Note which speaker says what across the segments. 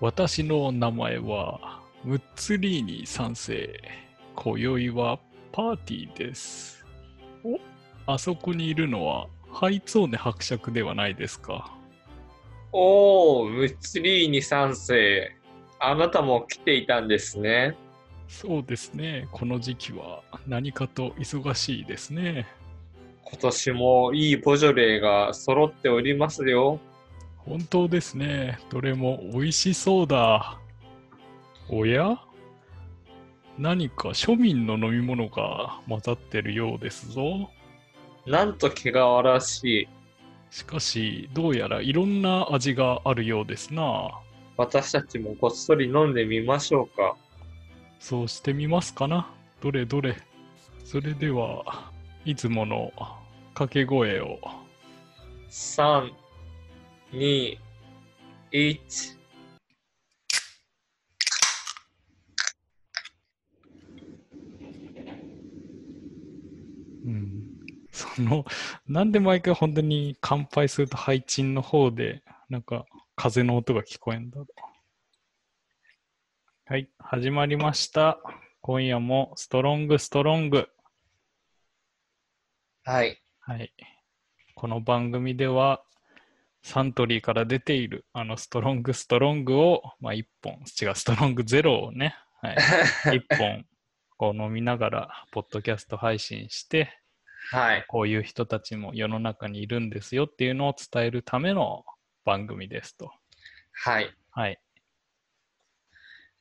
Speaker 1: 私の名前はムッツリーニ三世。今宵はパーティーです。おあそこにいるのはハイツオネ伯爵ではないですか。
Speaker 2: おー、ムッツリーニ3世。あなたも来ていたんですね。
Speaker 1: そうですね。この時期は何かと忙しいですね。
Speaker 2: 今年もいいボジョレーが揃っておりますよ。
Speaker 1: 本当ですね。どれも美味しそうだ。おや何か庶民の飲み物が混ざってるようですぞ。
Speaker 2: なんと毛皮らしい。
Speaker 1: しかし、どうやらいろんな味があるようですな。
Speaker 2: 私たちもこっそり飲んでみましょうか。
Speaker 1: そうしてみますかな。どれどれ。それでは、いつもの掛け声を。
Speaker 2: 3、2、1。
Speaker 1: うんその、なんで毎回本当に乾杯すると配置の方で、なんか風の音が聞こえんだろう。はい、始まりました。今夜もストロングストロング。
Speaker 2: はい。
Speaker 1: はい。この番組では、サントリーから出ている、あの、ストロングストロングを、まあ、1本、違う、ストロングゼロをね、はい、1本、 こう飲みながら、ポッドキャスト配信して、
Speaker 2: はい。
Speaker 1: こういう人たちも世の中にいるんですよっていうのを伝えるための番組ですと。
Speaker 2: はい。
Speaker 1: はい。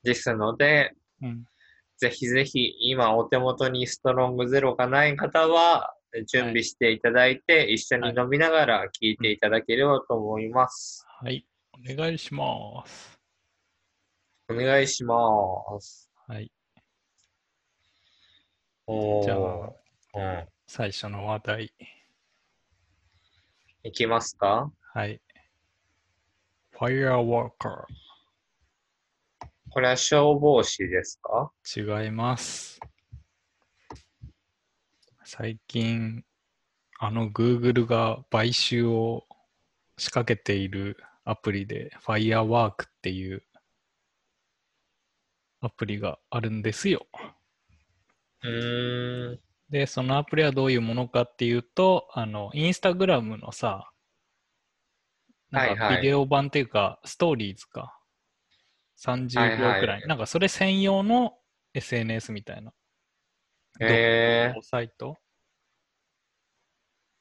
Speaker 2: ですので、
Speaker 1: うん、
Speaker 2: ぜひぜひ今お手元にストロングゼロがない方は準備していただいて、一緒に飲みながら聞いていただければと思います。
Speaker 1: はい。お願いします。
Speaker 2: お願いします。
Speaker 1: はい。
Speaker 2: おー
Speaker 1: じゃ
Speaker 2: うん。
Speaker 1: 最初の話題。
Speaker 2: いきますか
Speaker 1: はい。ファイアワーカ
Speaker 2: これは消防士ですか
Speaker 1: ー。違います。最近、あの Google が買収を仕掛けているアプリで、ファイアワークっていうアプリがあるんですよ。
Speaker 2: うーん。
Speaker 1: で、そのアプリはどういうものかっていうと、あの、インスタグラムのさ、なん
Speaker 2: はいは
Speaker 1: か
Speaker 2: い
Speaker 1: ビデオ版っていうか、ストーリーズか。
Speaker 2: はいは
Speaker 1: 30
Speaker 2: い
Speaker 1: 秒くらい。なんかそれ専用の SNS みたいな。
Speaker 2: へ
Speaker 1: 動画サイト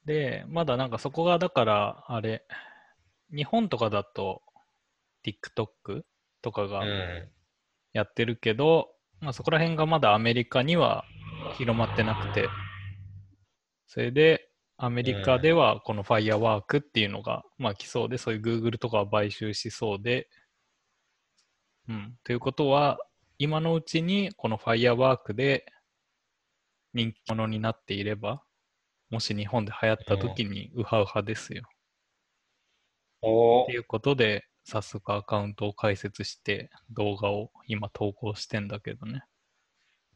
Speaker 1: で、まだなんかそこが、だから、あれ、日本とかだと TikTok とか
Speaker 2: ー。
Speaker 1: が
Speaker 2: うん。
Speaker 1: やってるけど、まあ、そこら辺がまだアメリカには広まってなくて、それでアメリカではこのファイアワークっていうのが、まあ来そうで、そういう Google とかは買収しそうで、うん。ということは、今のうちにこのファイアワークで人気者になっていれば、もし日本で流行った時にウハウハですよ。
Speaker 2: お
Speaker 1: ということで、早速アカウントを開設して動画を今投稿してんだけどね。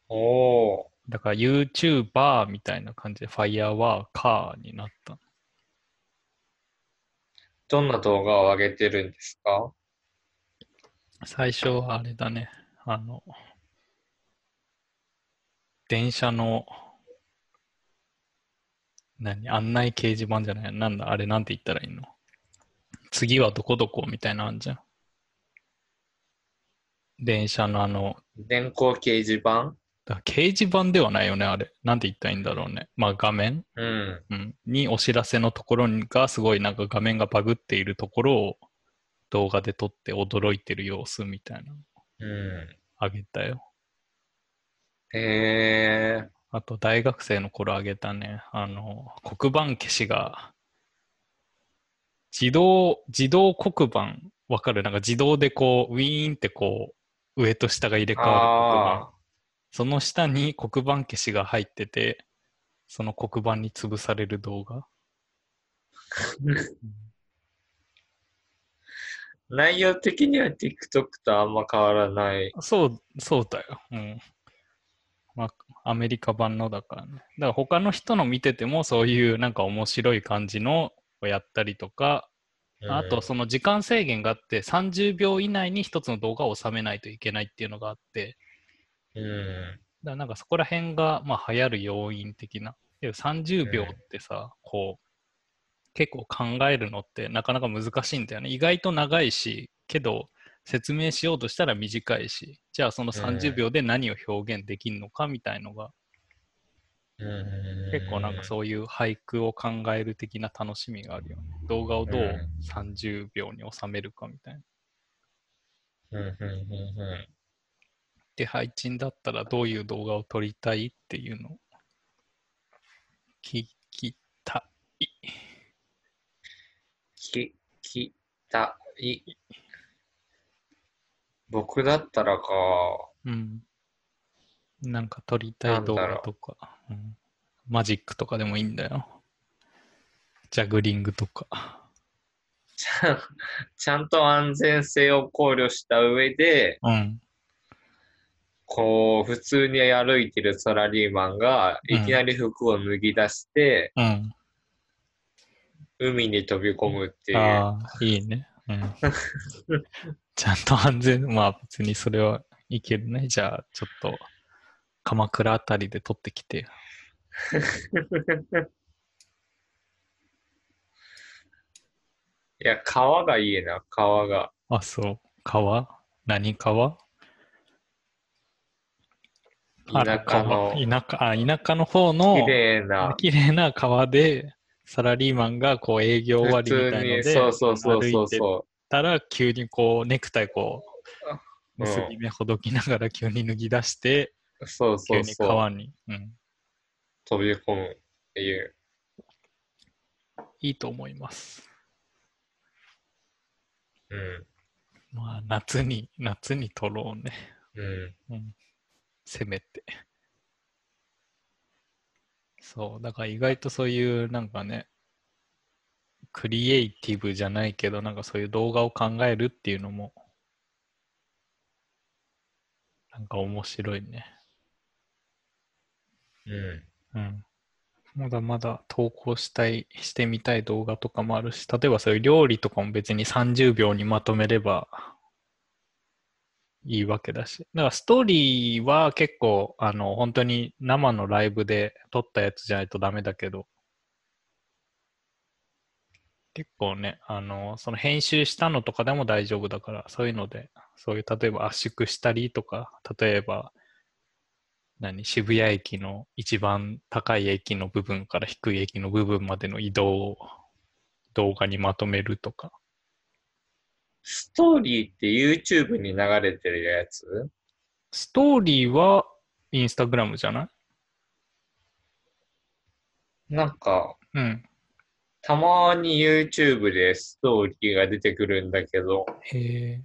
Speaker 2: おー。
Speaker 1: だから YouTuber みたいな感じでファイアワーカーになった。
Speaker 2: どんな動画を上げてるんですか
Speaker 1: 最初はあれだね。あの、電車の、何、案内掲示板じゃないなんだ、あれなんて言ったらいいの次はどこどこみたいなのあんじゃん。電車のあの、
Speaker 2: 電光掲示板
Speaker 1: だ掲示板ではないよね、あれ。なんて言ったらいいんだろうね。まあ画面
Speaker 2: うん。
Speaker 1: うん、にお知らせのところがすごいなんか画面がバグっているところを動画で撮って驚いてる様子みたいなの
Speaker 2: う
Speaker 1: あげたよ。
Speaker 2: ん。へー。
Speaker 1: あと大学生の頃あげたね、あの、黒板消しが自動、自動黒板、わかるなんか自動でこう、ウィーンってこう、上と下が入れ替わる黒板
Speaker 2: あ。
Speaker 1: その下に黒板消しが入ってて、その黒板に潰される動画。
Speaker 2: ー内容的には TikTok とあんま変わらない。
Speaker 1: そう、そうだよ。うん。まあ、アメリカ版のだからね。だから他の人の見ててもそういうなんか面白い感じのをやったりとか、あと、その時間制限があって、30秒以内に1つの動画を収めないといけないっていうのがあって、
Speaker 2: うん。う
Speaker 1: だからなんかそこら辺が、まあ、流行る要因的な。でも30秒ってさ、こう、結構考えるのってなかなか難しいんだよね。意外と長いし、けど、説明しようとしたら短いし、じゃあその30秒で何を表現できるのかみたいのが、
Speaker 2: ん。う
Speaker 1: 結構なんかそういう俳句を考える的な楽しみがあるよね。動画をどう30秒に収めるかみたいな。
Speaker 2: うん。うん。うん。うん。
Speaker 1: で、配信だったらどういう動画を撮りたいっていうのを聞きたい。
Speaker 2: き、きたい。僕だったらか、
Speaker 1: うん。なんか撮りたい動画とか、うんマジックとかでもいいんだよ。ジャグリングとか。
Speaker 2: ちゃん、ちゃんと安全性を考慮した上で、
Speaker 1: うん。
Speaker 2: こう、普通に歩いてるサラリーマンが、
Speaker 1: うん
Speaker 2: いきなり服を脱ぎ出して、
Speaker 1: うん。
Speaker 2: 海に飛び込むっていう。
Speaker 1: ああ、いいね。 うん。ちゃんと安全、まあ別にそれはいけるね。じゃあちょっと鎌倉あたりで撮ってきて。
Speaker 2: いや、川がいいな、川が。
Speaker 1: あ、そう。川何川あ
Speaker 2: 田舎の
Speaker 1: 川田舎あ田舎の方の
Speaker 2: 綺麗な。
Speaker 1: 綺麗な川でサラリーマンがこう営業終わ
Speaker 2: 普
Speaker 1: りみたい
Speaker 2: 通
Speaker 1: の
Speaker 2: に、
Speaker 1: で
Speaker 2: そうそうそうそ
Speaker 1: 歩いうてっ
Speaker 2: そ
Speaker 1: たら急にこうネクタイこう
Speaker 2: うん
Speaker 1: 結び目ほどきながら急に脱ぎ出して
Speaker 2: う。そうそ
Speaker 1: 急
Speaker 2: う
Speaker 1: に
Speaker 2: そう。
Speaker 1: 川にうん
Speaker 2: 飛び込むっていう。
Speaker 1: いいと思います
Speaker 2: うん。
Speaker 1: まあ夏に夏に撮ろうね
Speaker 2: うん。
Speaker 1: うんせめて。そう、だから意外とそういうなんかね、クリエイティブじゃないけど、なんかそういう動画を考えるっていうのも、なんか面白いね。
Speaker 2: うん。
Speaker 1: うん。まだまだ投稿したい、してみたい動画とかもあるし、例えばそういう料理とかも別に30秒にまとめればいいわけだし。だからストーリーは結構、あの、本当に生のライブで撮ったやつじゃないとダメだけど、結構ね、あの、その編集したのとかでも大丈夫だから、そういうので、そういう例えば圧縮したりとか、例えば、何渋谷駅の一番高い駅の部分から低い駅の部分までの移動を動画にまとめるとか。
Speaker 2: ストーリーって YouTube に流れてるやつ
Speaker 1: ストーリーはインスタグラムじゃない
Speaker 2: なんか、
Speaker 1: うん。
Speaker 2: たまに YouTube でストーリーが出てくるんだけど、
Speaker 1: へえ。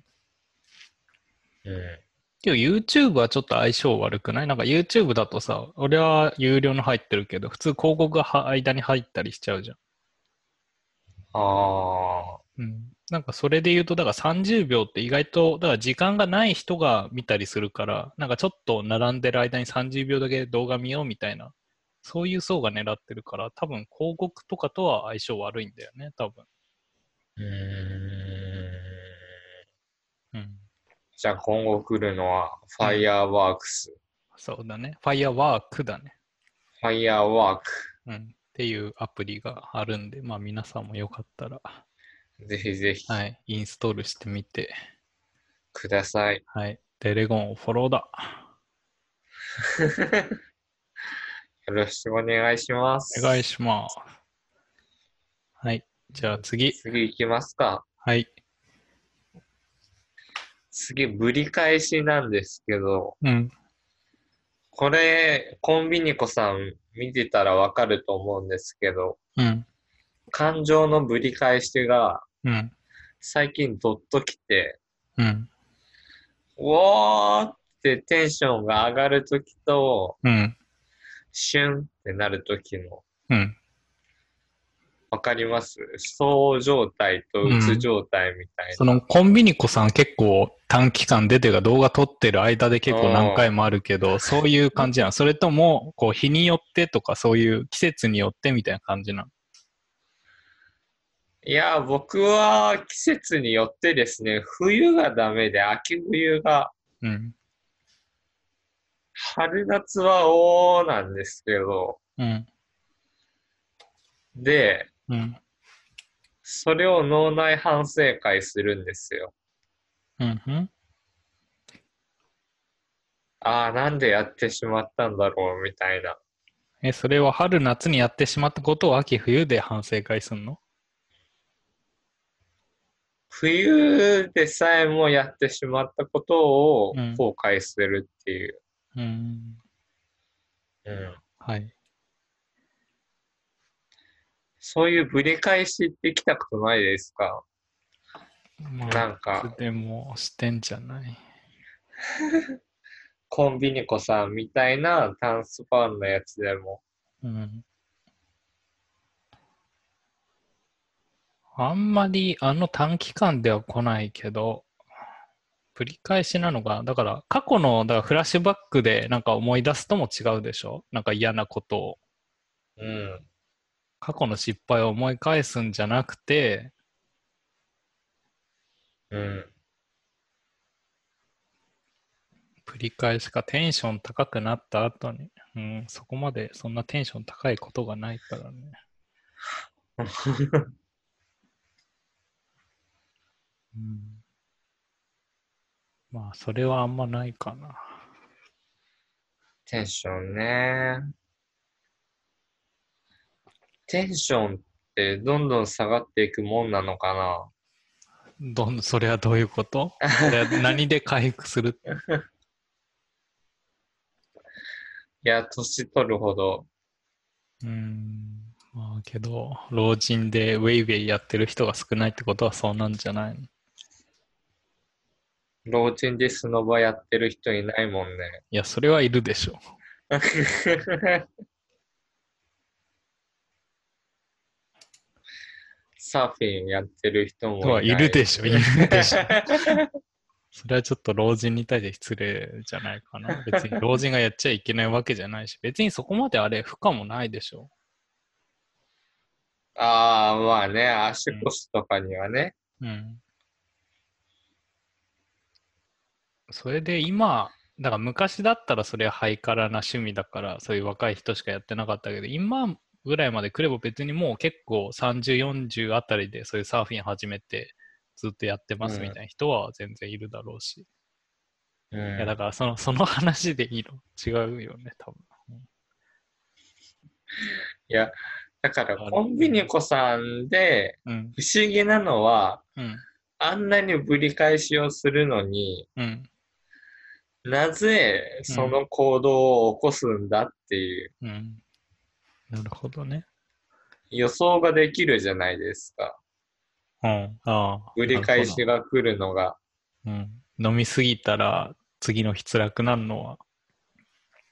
Speaker 2: うん。
Speaker 1: けど YouTube はちょっと相性悪くないなんか YouTube だとさ、俺は有料の入ってるけど、普通広告がは間に入ったりしちゃうじゃん。
Speaker 2: あ
Speaker 1: うん。なんかそれで言うと、だから30秒って意外と、だから時間がない人が見たりするから、なんかちょっと並んでる間に30秒だけ動画見ようみたいな、そういう層が狙ってるから、多分広告とかとは相性悪いんだよね、多分。
Speaker 2: ー。うー
Speaker 1: う
Speaker 2: ん。
Speaker 1: ん。
Speaker 2: じゃあ今後来るのは、ファイアワークス。
Speaker 1: そうだね。ファイアワークだね。
Speaker 2: ファイアワーク。
Speaker 1: うん。っていうアプリがあるんで、まあ皆さんもよかったら、
Speaker 2: ぜひぜひ、
Speaker 1: はい、インストールしてみて、
Speaker 2: ください。
Speaker 1: はい。テレゴンをフォローだ。
Speaker 2: よろしくお願いします。
Speaker 1: お願いします。はい。じゃあ次。
Speaker 2: 次行きますか。
Speaker 1: はい。
Speaker 2: 次、ぶり返しなんですけど、
Speaker 1: うん。
Speaker 2: これ、コンビニコさん見てたらわかると思うんですけど、
Speaker 1: うん。
Speaker 2: 感情のぶり返しが、
Speaker 1: うん。
Speaker 2: 最近ドッときて、
Speaker 1: うん。
Speaker 2: うおーってテンションが上がるときと、
Speaker 1: うん。
Speaker 2: シュンってなるときの、
Speaker 1: うん。
Speaker 2: わかりますそう状態とうつ状態みたい
Speaker 1: そのコンビニ子さん結構短期間出てが動画撮ってる間で結構何回もあるけど、そういう感じなのそれとも、こう日によってとかそういう季節によってみたいな感じなの
Speaker 2: な。いや、僕は季節によってですね、冬がダメで、秋冬が、
Speaker 1: うん。
Speaker 2: 春夏はおーなんですけど、
Speaker 1: うん。
Speaker 2: で、
Speaker 1: うん。
Speaker 2: それを脳内反省会するんですよ。
Speaker 1: うん。うん。
Speaker 2: ああ、なんでやってしまったんだろう、みたいな。
Speaker 1: え、それは春夏にやってしまったことを秋冬で反省会すんの
Speaker 2: 冬でさえもやってしまったことを
Speaker 1: うん
Speaker 2: 後悔するっていう。
Speaker 1: うん。
Speaker 2: うん
Speaker 1: はい。
Speaker 2: そういうぶり返しってきたことないですか
Speaker 1: ま
Speaker 2: なん
Speaker 1: い
Speaker 2: か、
Speaker 1: つでもしてんじゃない。
Speaker 2: コンビニ子さんみたいなタンスファンのやつでも。
Speaker 1: うん。あんまりあの短期間では来ないけど、繰り返しなのが、だから過去のだからフラッシュバックでなんか思い出すとも違うでしょなんか嫌なことを。
Speaker 2: うん。
Speaker 1: 過去の失敗を思い返すんじゃなくて、
Speaker 2: うん。
Speaker 1: 繰り返しかテンション高くなった後に、うん、そこまでそんなテンション高いことがないからね。うん、まあ、それはあんまないかな。
Speaker 2: テンションね。テンションってどんどん下がっていくもんなのかな
Speaker 1: どんそれはどういうことそれは何で回復する
Speaker 2: いや、年取るほど。
Speaker 1: うん。まあけど、老人でウェイウェイやってる人が少ないってことはそうなんじゃないのい
Speaker 2: 老人でスノバやってる人いないもんね。
Speaker 1: や、それはいるでしょう。
Speaker 2: サーフィンやってる人も
Speaker 1: とはいるでしょ、いるでしょ。
Speaker 2: ょ。
Speaker 1: それはちょっと老人に対して失礼じゃないか な。別に老人がやっちゃいけないわけじゃないし、別にそこまであれ、負荷もないでしょ。
Speaker 2: ああ、まあね、足腰とかにはね。
Speaker 1: うん。それで今、だから昔だったらそれはハイカラな趣味だから、そういう若い人しかやってなかったけど、今ぐらいまで来れば別にもう結構30、40あたりでそういうサーフィン始めてずっとやってますみたいな人は全然いるだろうし。
Speaker 2: う
Speaker 1: いや、だ
Speaker 2: ん、
Speaker 1: からそのその話でいいの違うよね、多分。
Speaker 2: いや、だからコンビニ子さんで
Speaker 1: うん、
Speaker 2: 不思議なのは、
Speaker 1: うん、
Speaker 2: あんなにぶり返しをするのに、
Speaker 1: うん。
Speaker 2: なぜその行動を起こすんだっていう
Speaker 1: うん。なるほどね。
Speaker 2: 予想ができるじゃないですか。
Speaker 1: うん。ああ。
Speaker 2: ぶり返しが来るのが。
Speaker 1: なるほど。うん。飲みすぎたら次の日辛くなるのは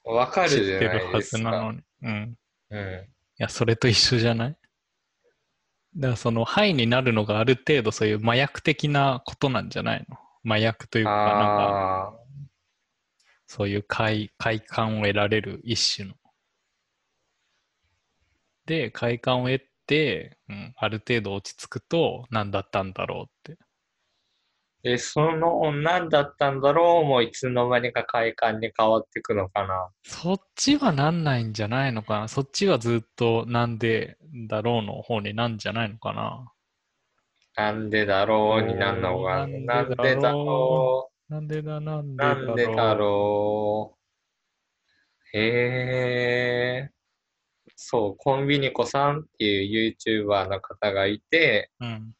Speaker 2: わかる
Speaker 1: 知っ
Speaker 2: じゃ
Speaker 1: て
Speaker 2: な
Speaker 1: る
Speaker 2: い
Speaker 1: は
Speaker 2: で
Speaker 1: ず
Speaker 2: す
Speaker 1: な
Speaker 2: か。
Speaker 1: のに。うん。
Speaker 2: うん。
Speaker 1: いや、それと一緒じゃないだからその、ハイになるのがある程度そういう麻薬的なことなんじゃないの麻薬というか、なんか、
Speaker 2: ああ、
Speaker 1: そういう快快感を得られる一種の。で、快感を得て、うん、ある程度落ち着くと、何だったんだろうって。
Speaker 2: で、その何だったんだろうもいつの間にか快感に変わっていくのかな。
Speaker 1: そっちはなんないんじゃないのかなそっちはずっとなんでだろうの方になんじゃないのかな
Speaker 2: なんでだろうになんのが、
Speaker 1: おー
Speaker 2: なんでだろ
Speaker 1: なんでだなん
Speaker 2: う、
Speaker 1: でだ
Speaker 2: な
Speaker 1: ろうん
Speaker 2: でだろう。へえ。そう、コンビニ子さんっていう YouTuber の方がいて、
Speaker 1: うん。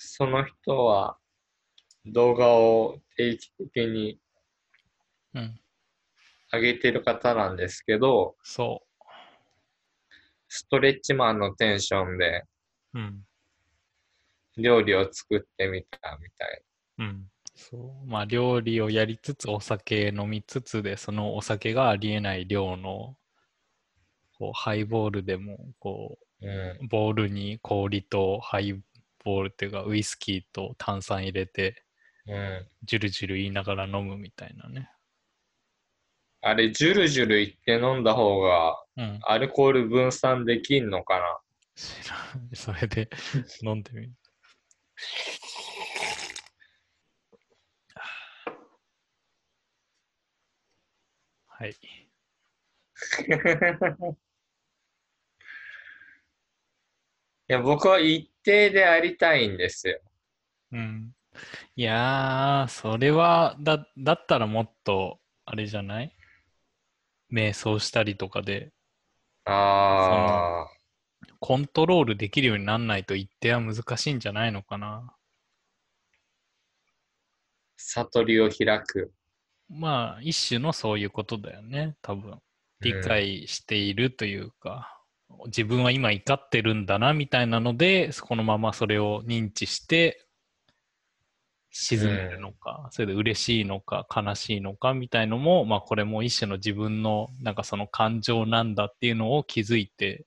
Speaker 2: その人は動画を定期的に
Speaker 1: うん。
Speaker 2: 上げてる方なんですけど、
Speaker 1: そ
Speaker 2: ストレッチマンのテンションで
Speaker 1: う。うん。
Speaker 2: 料理を作ってみたみたい
Speaker 1: うん。そう。まあ料理をやりつつお酒飲みつつで、そのお酒がありえない量の、こう、ハイボールでも、こう、
Speaker 2: な。うん。
Speaker 1: ボールに氷とハイボールっていうかウイスキーと炭酸入れて
Speaker 2: う
Speaker 1: ジュルジュル言いながら飲むみたいなね
Speaker 2: あれ、ジュルジュルいって飲んだ方が、
Speaker 1: うん。
Speaker 2: アルコール分散できんのかな
Speaker 1: 知らんそれで飲んでみる。はい。
Speaker 2: いや、僕は一定でありたいんですよ。
Speaker 1: うん。いやー、それは、だ、だったらもっと、あれじゃない瞑想したりとかで、
Speaker 2: ああ、
Speaker 1: コントロールできるようにならないと一定は難しいんじゃないのかな。
Speaker 2: 悟りを開く。
Speaker 1: まあ、一種のそういうことだよね、多分。理解しているというか、自分は今怒ってるんだな、みたいなので、このままそれを認知して、沈めるのか、それで嬉しいのか、悲しいのか、みたいのも、まあ、これも一種の自分の、なんかその感情なんだっていうのを気づいて、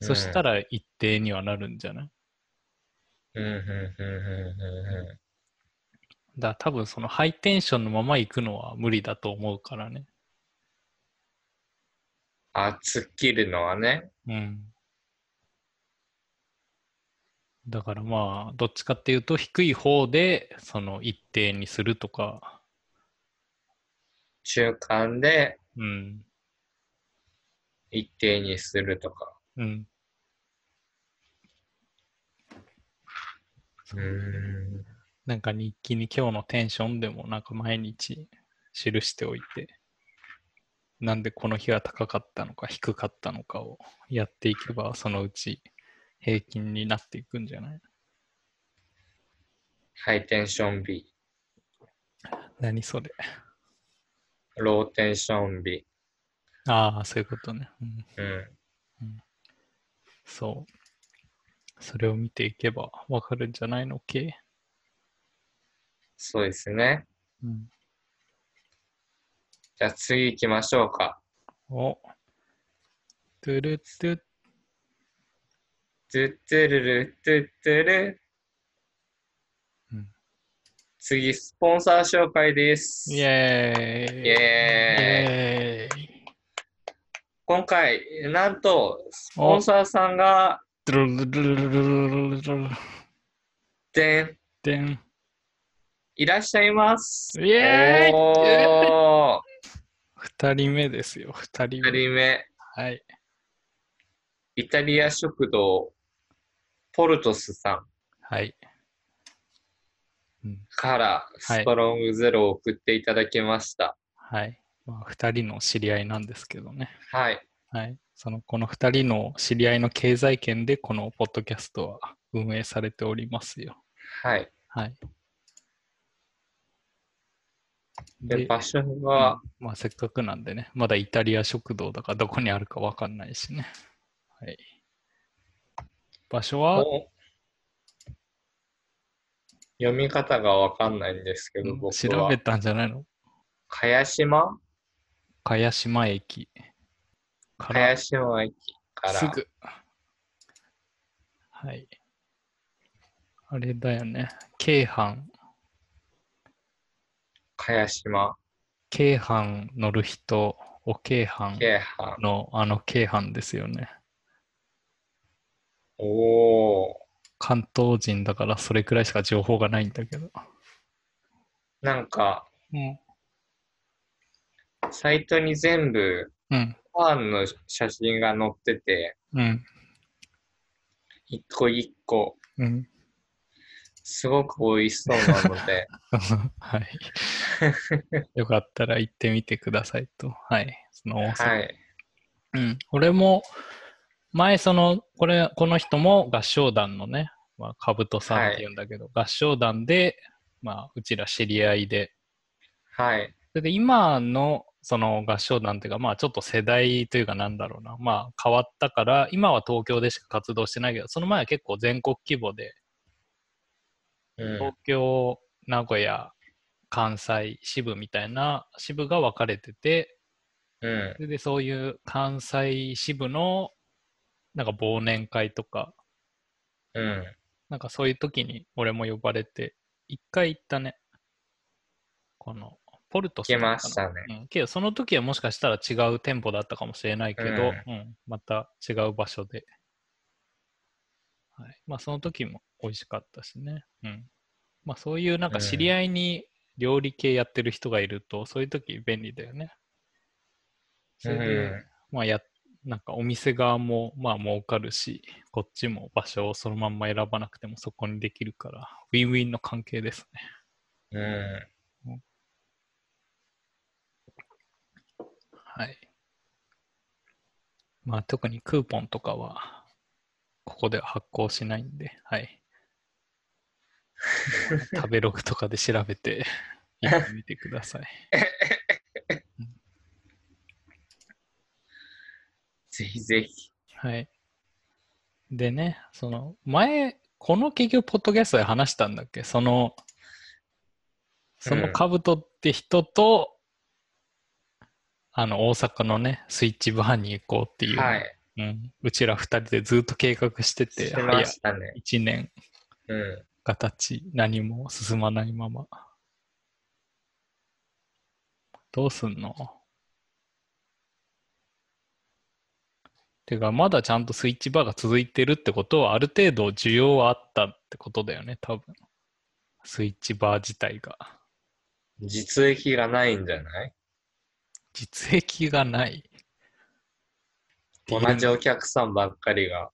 Speaker 1: そした
Speaker 2: ら、
Speaker 1: ら一定にはなるんじゃない
Speaker 2: うん、うん、うん、うん、うん。
Speaker 1: だから多分そのハイテンションのまま行くのは無理だと思うからね。
Speaker 2: あ、突っ切るのはね。
Speaker 1: うん。だからまあ、どっちかっていうと、低い方で、その一定にするとか、
Speaker 2: 中間で
Speaker 1: うん、
Speaker 2: 一定にするとか。
Speaker 1: うん、
Speaker 2: うーん。
Speaker 1: なんか日記に今日のテンションでも、なんか毎日記しておいて、なんでこの日は高かったのか低かったのかをやっていけば、そのうち平均になっていくんじゃない
Speaker 2: ハイテンション B、
Speaker 1: 何それ
Speaker 2: ローテンション B。
Speaker 1: ああ、そういうことね。うん
Speaker 2: うん。
Speaker 1: そう。それを見ていけばわかるんじゃないのけ、
Speaker 2: そうですね。
Speaker 1: うん、
Speaker 2: じゃあ次行きましょうか。
Speaker 1: おトゥルトゥ
Speaker 2: トゥットゥルル、トゥットゥル
Speaker 1: うん。
Speaker 2: 次、スポンサー紹介です。
Speaker 1: イェーイ
Speaker 2: イエ
Speaker 1: イエーイ
Speaker 2: 今回、なんと、スポンサーさんが、
Speaker 1: ドゥルルルルルルルルルル
Speaker 2: でん、
Speaker 1: でん
Speaker 2: いらっしゃいます。
Speaker 1: イエーイ
Speaker 2: おー、
Speaker 1: 二人目ですよ、二人
Speaker 2: 二
Speaker 1: 目。
Speaker 2: 人目、
Speaker 1: はい。
Speaker 2: イタリア食堂、ポルトスさん
Speaker 1: はい。うん、
Speaker 2: から、ストロングゼロを送っていただきました。
Speaker 1: はい。まあ、二人の知り合いなんですけどね。
Speaker 2: はい。
Speaker 1: はい。その、この二人の知り合いの経済圏で、このポッドキャストは運営されておりますよ。
Speaker 2: はい。
Speaker 1: はい。
Speaker 2: で、
Speaker 1: で、
Speaker 2: 場所は、
Speaker 1: まあ、せっかくなんでね、まだイタリア食堂だからどこにあるかわかんないしね。はい。場所は、
Speaker 2: お読み方がわかんないんですけ
Speaker 1: う
Speaker 2: ど、
Speaker 1: ん
Speaker 2: 僕
Speaker 1: 調
Speaker 2: は
Speaker 1: べ。たんじゃないの
Speaker 2: 茅島
Speaker 1: 茅島駅から
Speaker 2: 茅島駅から。
Speaker 1: すぐ。はい。あれだよね。京阪。
Speaker 2: 茅島、
Speaker 1: 京阪乗る人、お京阪
Speaker 2: 京阪。
Speaker 1: のあの京阪ですよね。
Speaker 2: おー。
Speaker 1: 関東人だからそれくらいしか情報がないんだけど。
Speaker 2: なんか、
Speaker 1: うん。
Speaker 2: サイトに全部、
Speaker 1: うん。
Speaker 2: ファンの写真が載ってて、
Speaker 1: うん。
Speaker 2: 一個一個、
Speaker 1: うん。
Speaker 2: すごく美味しそうなの で、
Speaker 1: はい。よかったら行ってみてくださいと。はい。その大阪
Speaker 2: はい。
Speaker 1: うん。俺も、前、その、これ、この人も合唱団のね、まあ、かぶとさんって言うんだけど、合唱団で、まあ、うちら知り合いで、
Speaker 2: はい。
Speaker 1: それで今のその合唱団っていうか、まあちょっと世代というかなんだろうな、まあ変わったから、今は東京でしか活動してないけど、その前は結構全国規模で、
Speaker 2: うん
Speaker 1: 東。京、名古屋、関西、支部みたいな支部が分かれてて、
Speaker 2: うん
Speaker 1: そ。れでそういう関西支部のなんか忘年会とか、
Speaker 2: うん。
Speaker 1: なんかそういう時に俺も呼ばれて、一回行ったね。このポルトス
Speaker 2: け
Speaker 1: だったかな
Speaker 2: ました
Speaker 1: う
Speaker 2: ね。
Speaker 1: ん、けど、その時はもしかしたら違う店舗だったかもしれないけど、うんまた違う場所で。はい、まあ、その時も美味しかったしね。うん。まあ、そういうなんか知り合いに料理系やってる人がいると、そういう時便利だよね。それで、
Speaker 2: うん
Speaker 1: まあや、なんかお店側もまあ儲かるし、こっちも場所をそのまんま選ばなくてもそこにできるから、ウィンウィンの関係ですね。
Speaker 2: う
Speaker 1: はい。まあ特にクーポンとかは、ここでは発行しないんで、はい。 食べログとかで調べて、行ってみてください。
Speaker 2: ん。ぜひぜひ。
Speaker 1: はい。でね、その、前、この結局、ポッドキャストで話したんだっけその、その兜って人と、あの、大阪のね、スイッチバーに行こうっていう、
Speaker 2: はい。
Speaker 1: うん、うちら二人でずっと計画してて、
Speaker 2: し
Speaker 1: 早
Speaker 2: ましたね。
Speaker 1: 1年
Speaker 2: うん。
Speaker 1: が経ち、何も進まないまま。どうすんのてか、まだちゃんとスイッチバーが続いてるってことは、ある程度需要はあったってことだよね、多分。スイッチバー自体が。
Speaker 2: 実益がないんじゃない
Speaker 1: 実益がない。
Speaker 2: 同じお客さんばっかりが。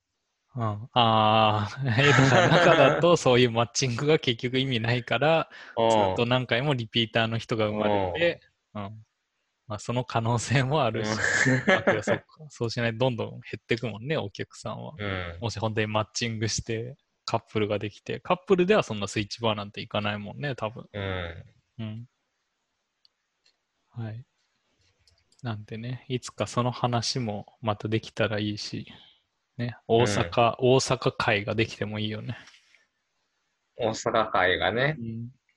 Speaker 1: うん、ああー、 えーだから中だとそういうマッチングが結局意味ないから、ずっと
Speaker 2: う
Speaker 1: 何回もリピーターの人が生まれて、うんまあ、その可能性もあるし、まあけどそっかそうしないとどんどん減っていくもんね、お客さんは。
Speaker 2: ん。うん。
Speaker 1: もし本当にマッチングしてカップルができて、カップルではそんなスイッチバーなんていかないもんね、多分。
Speaker 2: うん。
Speaker 1: うん。はい。なんでね、いつかその話もまたできたらいいし、ね、大阪、大阪会ができてもいいよね。
Speaker 2: 大阪会がね。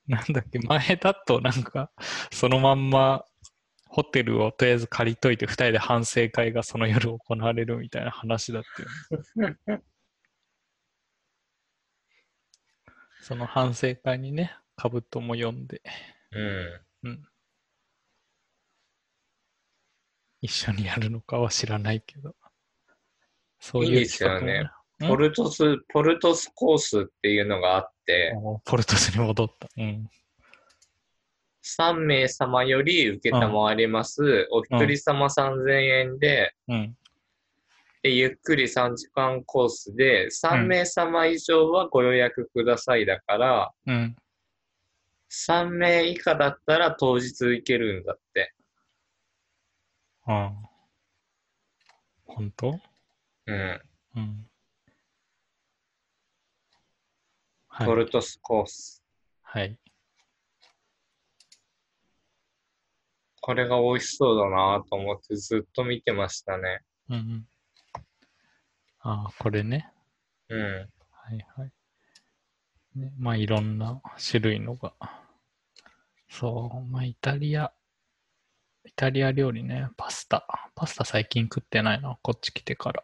Speaker 1: なんだっけ、前だとなんか、そのまんま、ホテルをとりあえず借りといて、2人で反省会がその夜行われるみたいな話だったよねその反省会にね、カブトも呼んで、
Speaker 2: うん。
Speaker 1: 一緒にやるのかは知らないけど。そう
Speaker 2: いい
Speaker 1: いう
Speaker 2: ですよね
Speaker 1: 企画もね。うん
Speaker 2: ポルトス、ポルトスコースっていうのがあって、
Speaker 1: もうポルトスに戻った。うん。
Speaker 2: 3名様より受けたまわります。お一人様3000円で、
Speaker 1: うん。
Speaker 2: で、ゆっくり3時間コースで、3名様以上はご予約くださいだから、
Speaker 1: うん。
Speaker 2: 3名以下だったら当日行けるんだって。
Speaker 1: うん。本当
Speaker 2: うん。
Speaker 1: うん。は
Speaker 2: ポ
Speaker 1: い。
Speaker 2: ルトスコース。
Speaker 1: はい、
Speaker 2: これが美味しそうだなと思ってずっと見てましたね。
Speaker 1: うんうん。ああ、これね。
Speaker 2: うん。
Speaker 1: はいはい。ね、まあ、いろんな種類のが。そう、まあ、イタリア。イタリア料理ね。パスタ。パスタ最近食ってないな。こっち来てから。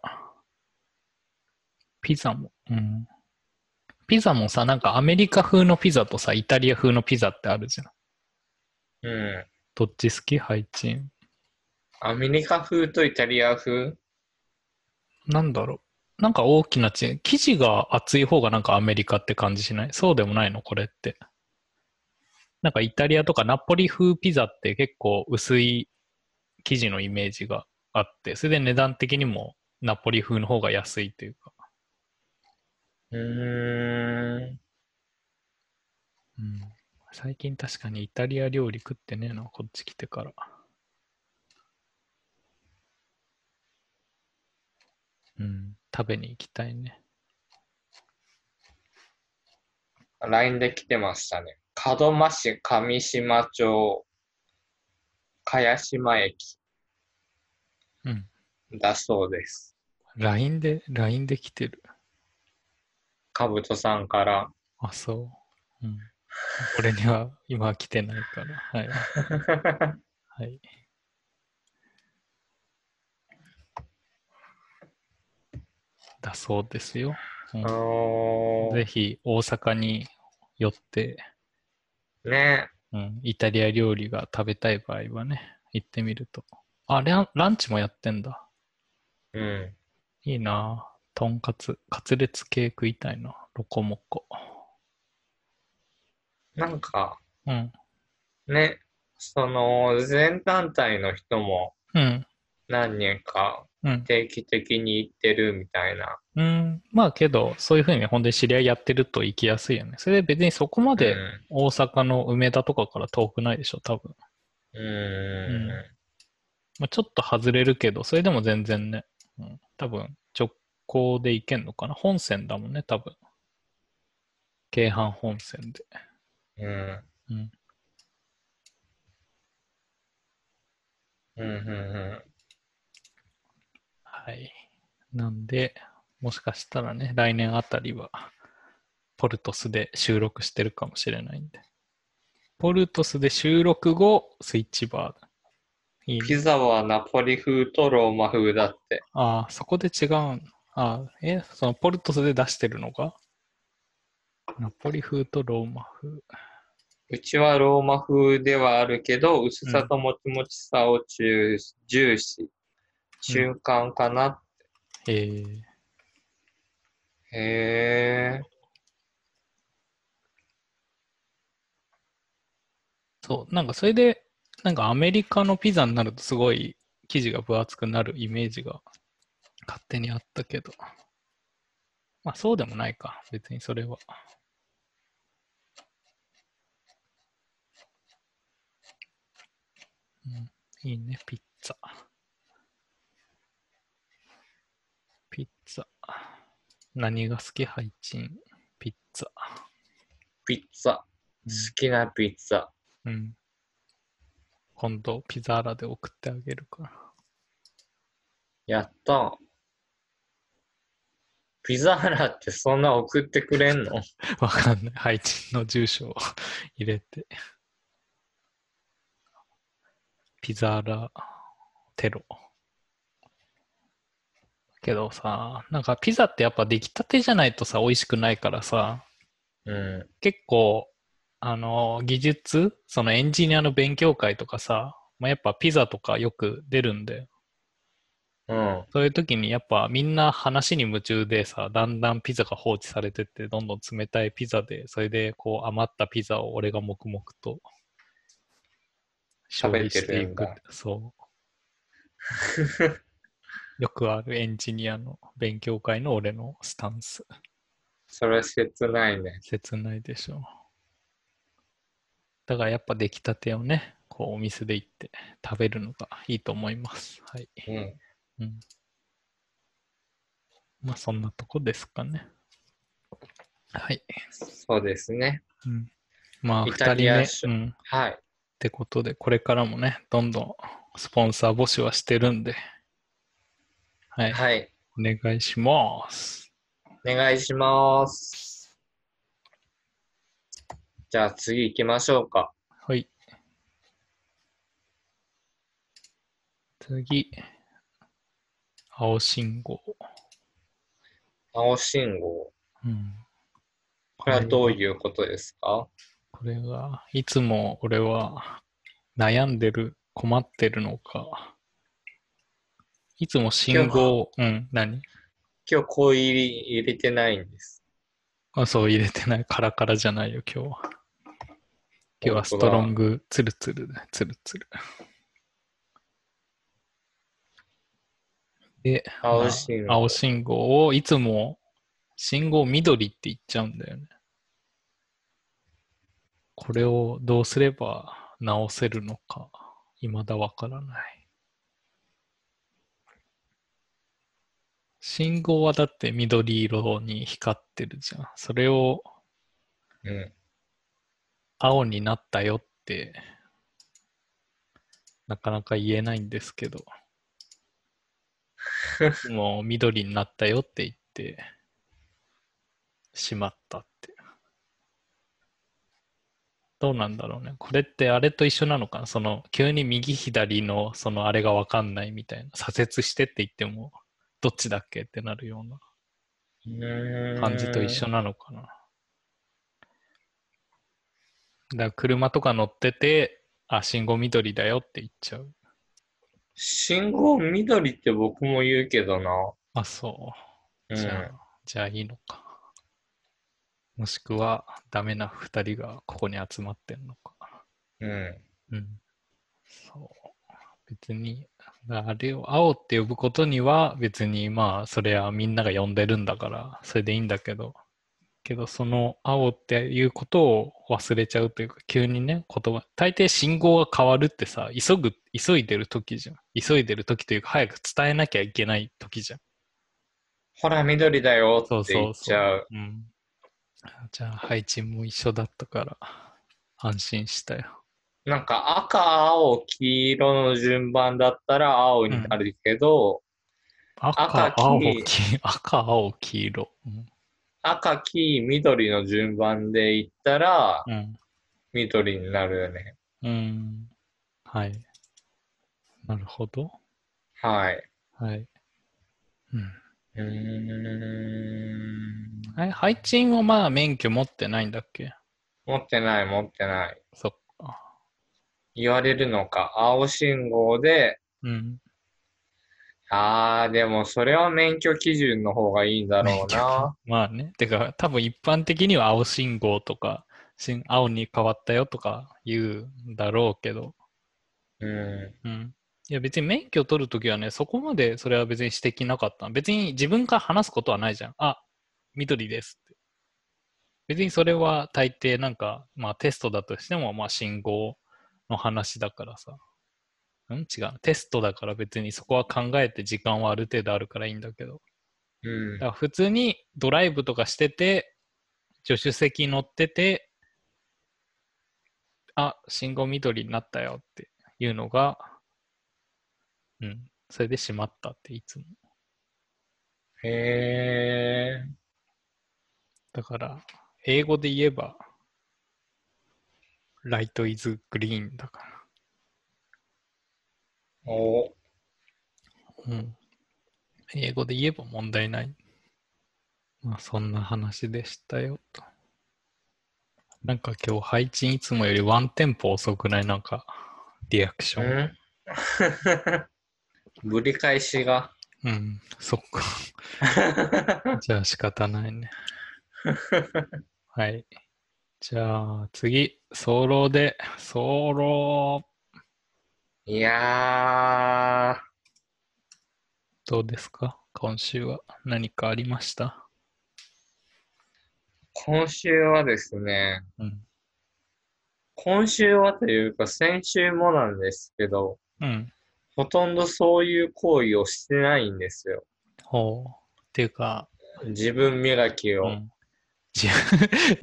Speaker 1: ピザも。うん。ピザもさ、なんかアメリカ風のピザとさ、イタリア風のピザってあるじゃん。
Speaker 2: うん。
Speaker 1: どっち好きハイチン。
Speaker 2: アメリカ風とイタリア風
Speaker 1: なんだろう。なんか大きな違い。生地が厚い方がなんかアメリカって感じしないそうでもないのこれって。なんかイタリアとかナポリ風ピザって結構薄い生地のイメージがあって、それで値段的にもナポリ風の方が安いというか。
Speaker 2: うーん。
Speaker 1: うん、最近確かにイタリア料理食ってねえな、こっち来てから。うん、食べに行きたいね。
Speaker 2: LINE で来てましたね。門真市上島町、茅島駅
Speaker 1: うん。
Speaker 2: だそうです。
Speaker 1: LINE で、LINE で来てる。
Speaker 2: かぶとさんから。
Speaker 1: あ、そう。うん。俺には今は来てないから。はい。はい。だそうですよ。うん
Speaker 2: あの
Speaker 1: ぜひ大阪に寄って、
Speaker 2: ー、ね
Speaker 1: ううん、イタリア料理が食べたい場合はね、行ってみると。あ、ランランチもやってんだ。
Speaker 2: うん。
Speaker 1: いいなぁとんかつ、カツレツ系食いたいな。ロコモコ。
Speaker 2: なんか、
Speaker 1: うん。
Speaker 2: ね、その、全団体の人も
Speaker 1: うん。
Speaker 2: 何人か
Speaker 1: うん。
Speaker 2: 定期的に行ってるみたいな。
Speaker 1: うん。まあけど、そういうふうに本当に知り合いやってると行きやすいよね。それで別にそこまで大阪の梅田とかから遠くないでしょ、多分。
Speaker 2: うん。うん。
Speaker 1: まあ、ちょっと外れるけど、それでも全然ね、うん、多分直行で行けんのかな。本線だもんね、多分。京阪本線で。
Speaker 2: うん。
Speaker 1: うん。
Speaker 2: うん。うん。
Speaker 1: はい。なんで、もしかしたらね、来年あたりは、ポルトスで収録してるかもしれないんで。ポルトスで収録後、スイッチバーだ。いいね
Speaker 2: ピザはナポリ風とローマ風だって。
Speaker 1: ああ、そこで違うの。ああ、え、そのポルトスで出してるのがナポリ風とローマ風。
Speaker 2: うちはローマ風ではあるけど、薄さともちもちさを重重視。中間かな。
Speaker 1: えー、
Speaker 2: へえ。
Speaker 1: そう、なんかそれで、なんかアメリカのピザになるとすごい生地が分厚くなるイメージが勝手にあったけど。まあそうでもないか、別にそれは。うん、いいね、ピッツァ。ピッツァ。何が好き配置ピッツァ。
Speaker 2: ピッツァ。好きなピッツァ。
Speaker 1: うん。今度、ピザーラで送ってあげるから。
Speaker 2: やった。ピザーラってそんな送ってくれんの
Speaker 1: わかんない。配置の住所を 入れて。ピザーラテロ。けどさ、なんかピザってやっぱ出来たてじゃないとさ、美味しくないからさ、
Speaker 2: うん。
Speaker 1: 結構、あの、技術、そのエンジニアの勉強会とかさ、まあ、やっぱピザとかよく出るんで、
Speaker 2: うん。
Speaker 1: そういう時にやっぱみんな話に夢中でさ、だんだんピザが放置されてって、どんどん冷たいピザで、それでこう余ったピザを俺が黙々と
Speaker 2: 食べてるんだ
Speaker 1: 消費していくそう。よくあるエンジニアの勉強会の俺のスタンス。
Speaker 2: それ切ないね。
Speaker 1: 切ないでしょう。だからやっぱ出来たてをね、こうお店で行って食べるのがいいと思います。はい。
Speaker 2: うん。
Speaker 1: うん。まあそんなとこですかね。はい。
Speaker 2: そうですね。
Speaker 1: うん、まあ
Speaker 2: イ
Speaker 1: 2
Speaker 2: タ
Speaker 1: 人
Speaker 2: リア
Speaker 1: 目、
Speaker 2: 州
Speaker 1: うん。っ
Speaker 2: はい。
Speaker 1: てことで、これからもね、どんどんスポンサー募集はしてるんで、はい。
Speaker 2: はい。
Speaker 1: お願いします。
Speaker 2: お願いします。じゃあ次行きましょうか。
Speaker 1: はい。次。青信号。
Speaker 2: 青信号。
Speaker 1: うん。
Speaker 2: これはどういうことですか
Speaker 1: これが、いつも俺は悩んでる、困ってるのか。いつも信号、うん、何
Speaker 2: 今日こう入り入れてないんです。
Speaker 1: あ、そう入れてない。カラカラじゃないよ、今日は。今日はストロング、ツルツルだ、ツルツル。で、
Speaker 2: 青信
Speaker 1: まあ
Speaker 2: 号。
Speaker 1: 青信号をいつも信号緑って言っちゃうんだよね。これをどうすれば直せるのか、未だわからない。信号はだって緑色に光ってるじゃん。それを
Speaker 2: うん。
Speaker 1: 青になったよって、なかなか言えないんですけど、もう緑になったよって言って、しまったって。どうなんだろうね。これってあれと一緒なのかなその、急に右左の、そのあれがわかんないみたいな、左折してって言っても、どっちだっけってなるような。
Speaker 2: うーん
Speaker 1: 感じと一緒なのかな。だから車とか乗ってて、あ、信号緑だよって言っちゃう。
Speaker 2: 信号緑って僕も言うけどな。
Speaker 1: あ、そうう。じゃあ、
Speaker 2: ん。
Speaker 1: じゃあいいのか。もしくは、ダメな二人がここに集まってんのか。
Speaker 2: うん。
Speaker 1: うん。そう。別に、あれを青って呼ぶことには別にまあ、それはみんなが呼んでるんだから、それでいいんだけど、けどその青っていうことを忘れちゃうというか、急にね、言葉、大抵信号が変わるってさ、急ぐ、急いでる時じゃん。急いでる時というか、早く伝えなきゃいけない時じゃん。
Speaker 2: ほら、緑だよ
Speaker 1: そう
Speaker 2: って
Speaker 1: そうそう
Speaker 2: 言っちゃう。
Speaker 1: うん。じゃあ、配置も一緒だったから、安心したよ。
Speaker 2: なんか赤、青、黄色の順番だったら青になるけど、
Speaker 1: 赤、
Speaker 2: 赤
Speaker 1: 青、
Speaker 2: 黄
Speaker 1: 黄、 赤、青、黄色。うん
Speaker 2: 赤、黄、緑の順番でいったら
Speaker 1: うん。
Speaker 2: 緑になるよね。
Speaker 1: うん。はい。なるほど。
Speaker 2: はい。
Speaker 1: はい。うん。
Speaker 2: うーん。
Speaker 1: あれ配置員はまあ免許持ってないんだっけ
Speaker 2: 持ってない、持ってない。
Speaker 1: そっか。
Speaker 2: 言われるのか。青信号で、
Speaker 1: うん。
Speaker 2: あー、でもそれは免許基準の方がいいんだろうな。
Speaker 1: まあね。てか、多分一般的には青信号とか、信青に変わったよとか言うんだろうけど。
Speaker 2: うん。
Speaker 1: うん。いや別に免許取るときはね、そこまでそれは別に指摘なかった。別に自分から話すことはないじゃん。あ、緑ですって。別にそれは大抵なんか、まあテストだとしても、まあ信号の話だからさ。うん違う。テストだから別にそこは考えて時間はある程度あるからいいんだけど。
Speaker 2: うん
Speaker 1: だか。ら普通にドライブとかしてて、助手席に乗ってて、あ、信号緑になったよっていうのが、うん、それでしまったっていつも。
Speaker 2: へー。
Speaker 1: だから、英語で言えば、ライトイズグリーンだか
Speaker 2: お、
Speaker 1: ら。うん。英語で言えば問題ない。まあ、そんな話でしたよと。なんか今日配置いつもよりワンテンポ遅くないなんか、リアクシ
Speaker 2: う
Speaker 1: ョン。
Speaker 2: ん ぶり返しが。
Speaker 1: うん、そっか。 じゃあ仕方ないね。はい。じゃあ次、ソロで、ソロ、
Speaker 2: いやー、
Speaker 1: どうですか今週は何かありました
Speaker 2: 今週はですね、
Speaker 1: うん。
Speaker 2: 今週はというか先週もなんですけど、
Speaker 1: うん。
Speaker 2: ほとんどそういう行為をしてないんですよ。
Speaker 1: ほう。っていうか、
Speaker 2: 自分磨き
Speaker 1: う
Speaker 2: を。
Speaker 1: ん。じ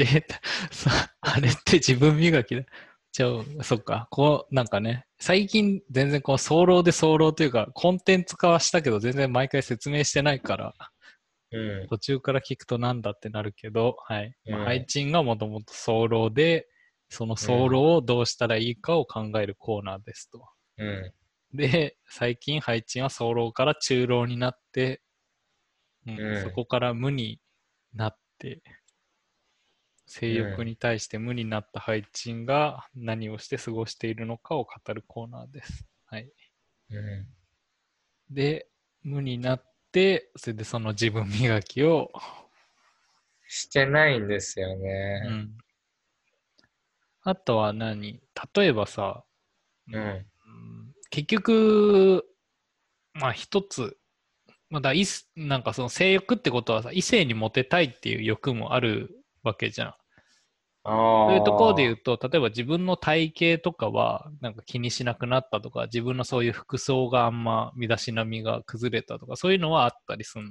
Speaker 1: えっとそあれって自分磨きだ。じゃあ、そっか。こう、なんかね、最近全然こう、ソロでソロというか、コンテンツ化はしたけど、全然毎回説明してないから、
Speaker 2: うん。
Speaker 1: 途中から聞くとなんだってなるけど、はい。まあ
Speaker 2: うん
Speaker 1: 配置がもともと早漏で、その早漏をどうしたらいいかを考えるコーナーですと。
Speaker 2: うん。
Speaker 1: で、最近配置は早漏から中漏になって、うん
Speaker 2: うん
Speaker 1: そこから無になって、性欲に対して無になった配置が何をして過ごしているのかを語るコーナーです。はい。
Speaker 2: う
Speaker 1: で、無になって、それでその自分磨きを
Speaker 2: ん。してないんですよね。
Speaker 1: うんあとは何例えばさ、う
Speaker 2: うん。
Speaker 1: ん結局、まあ一つ、まあだいすなんかその性欲ってことはさ、異性にモテたいっていう欲もあるわけじゃん。
Speaker 2: あ
Speaker 1: そ
Speaker 2: あ。
Speaker 1: ういうところで言うと、例えば自分の体型とかはなんか気にしなくなったとか、自分のそういう服装があんま身だしなみが崩れたとか、そういうのはあったりする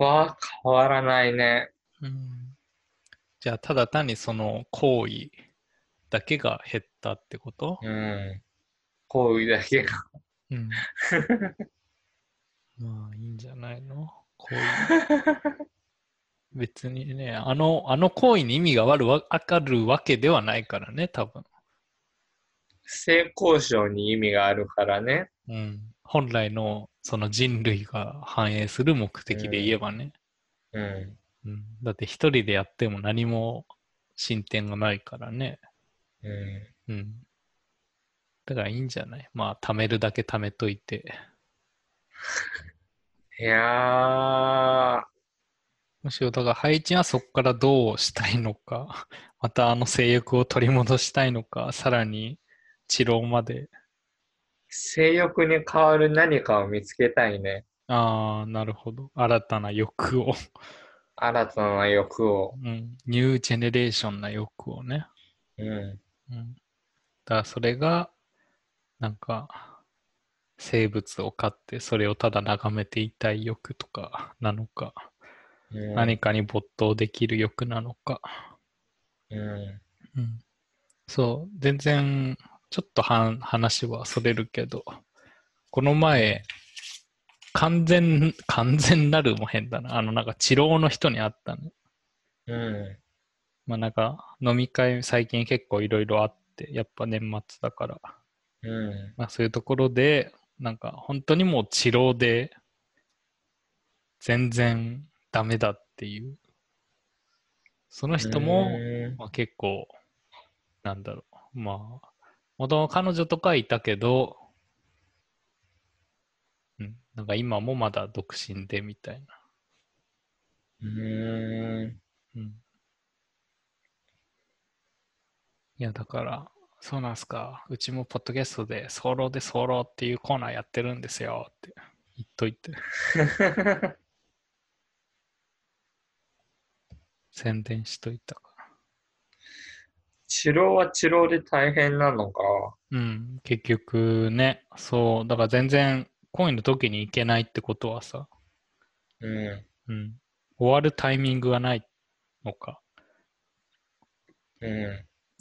Speaker 1: の
Speaker 2: は変わらないね。
Speaker 1: うんじゃあ、ただ単にその行為だけが減ったってこと
Speaker 2: うん。行為だけが。
Speaker 1: うん。 まあ、いいんじゃないの行為。別にね、あの、あの行為に意味があるわわかるわけではないからね、多分。
Speaker 2: 性交渉に意味があるからね。
Speaker 1: うん。本来の、その人類が反映する目的で言えばね。
Speaker 2: うん。
Speaker 1: うん。だって一人でやっても何も進展がないからね。
Speaker 2: うん。
Speaker 1: うん。だからいいんじゃないまあ、貯めるだけ貯めといて。
Speaker 2: いやー、
Speaker 1: むしろ、だから、配置はそこからどうしたいのか、 またあの性欲を取り戻したいのか、さらに治療まで。
Speaker 2: 性欲に変わる何かを見つけたいね。
Speaker 1: ああ、なるほど。新たな欲を、
Speaker 2: 新たな欲を。
Speaker 1: うん。ニュージェネレーションな欲をね。
Speaker 2: うん。
Speaker 1: うん。だから、それが、なんか、生物を飼って、それをただ眺めていたい欲とかなのか、
Speaker 2: うん、
Speaker 1: 何かに没頭できる欲なのか。
Speaker 2: うん。
Speaker 1: うんそう、全然、ちょっとはん話はそれるけど、この前、完全、完全なるも変だな。あの、なんか、治療の人に会ったの。
Speaker 2: う
Speaker 1: まあ、なんか、飲み会、最近結構いろいろあって、やっぱ年末だから、
Speaker 2: ん。う
Speaker 1: まあ、そういうところで、なんか、本当にもう治療で、全然ダメだっていう。その
Speaker 2: ん。
Speaker 1: 人も、
Speaker 2: うん
Speaker 1: まあ、結構、なんだろう、まあ、元の彼女とかいたけど、うん、なんか今もまだ独身でみたいな。
Speaker 2: う
Speaker 1: うん、いや、だから、そうなんすか、うちもポッドキャストで、早漏で早漏っていうコーナーやってるんですよって言っといて、
Speaker 2: ーん。
Speaker 1: 宣伝しといたか
Speaker 2: 治療は治療で大変なのか。
Speaker 1: ら。うん、結局ね、そう、だから全然、恋の時に行けないってことはさ、
Speaker 2: うん。
Speaker 1: うん、終わるタイミングがないのか。
Speaker 2: う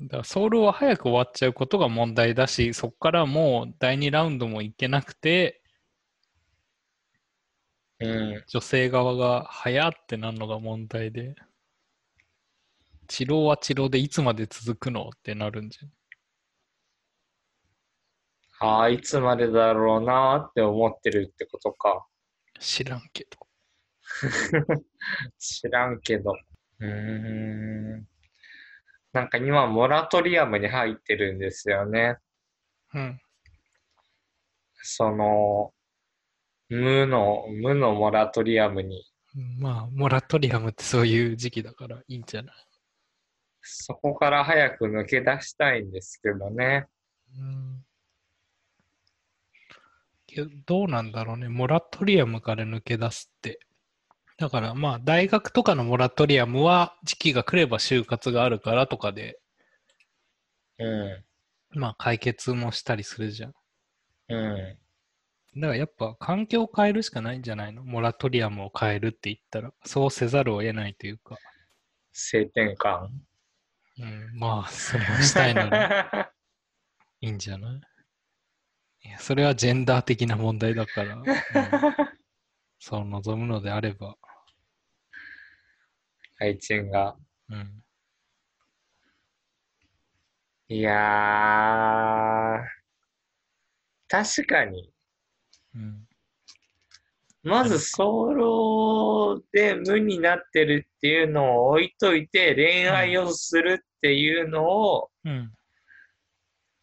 Speaker 1: だからソウルは早く終わっちゃうことが問題だし、そこからもう第2ラウンドもいけなくて、
Speaker 2: ん。う
Speaker 1: 女性側が早ってなるのが問題で、治療は治療でいつまで続くのってなるんじゃん。
Speaker 2: ん。ああ、いつまでだろうなーって思ってるってことか。
Speaker 1: 知らんけど。
Speaker 2: 知らんけど。うーん。なんか今、モラトリアムに入ってるんですよね。
Speaker 1: うん。
Speaker 2: その、無の、無のモラトリアムに。
Speaker 1: まあ、モラトリアムってそういう時期だからいいんじゃない
Speaker 2: そこから早く抜け出したいんですけどね。
Speaker 1: うんけどどうなんだろうね、モラトリアムから抜け出すって。だからまあ、大学とかのモラトリアムは、時期が来れば就活があるからとかで、
Speaker 2: う
Speaker 1: まあ、解決もしたりするじゃん。
Speaker 2: ん。う
Speaker 1: だからやっぱ、環境を変えるしかないんじゃないのモラトリアムを変えるって言ったら、そうせざるを得ないというか。
Speaker 2: ん。性転換。
Speaker 1: うん、まあ、それをしたいならいいんじゃないいや、それはジェンダー的な問題だから、うんそう望むのであれば。
Speaker 2: 愛知ンが。
Speaker 1: うん
Speaker 2: いやー。確かに。
Speaker 1: うん
Speaker 2: まず、ソロで無になってるっていうのを置いといて、恋愛をするっていうのを
Speaker 1: うん、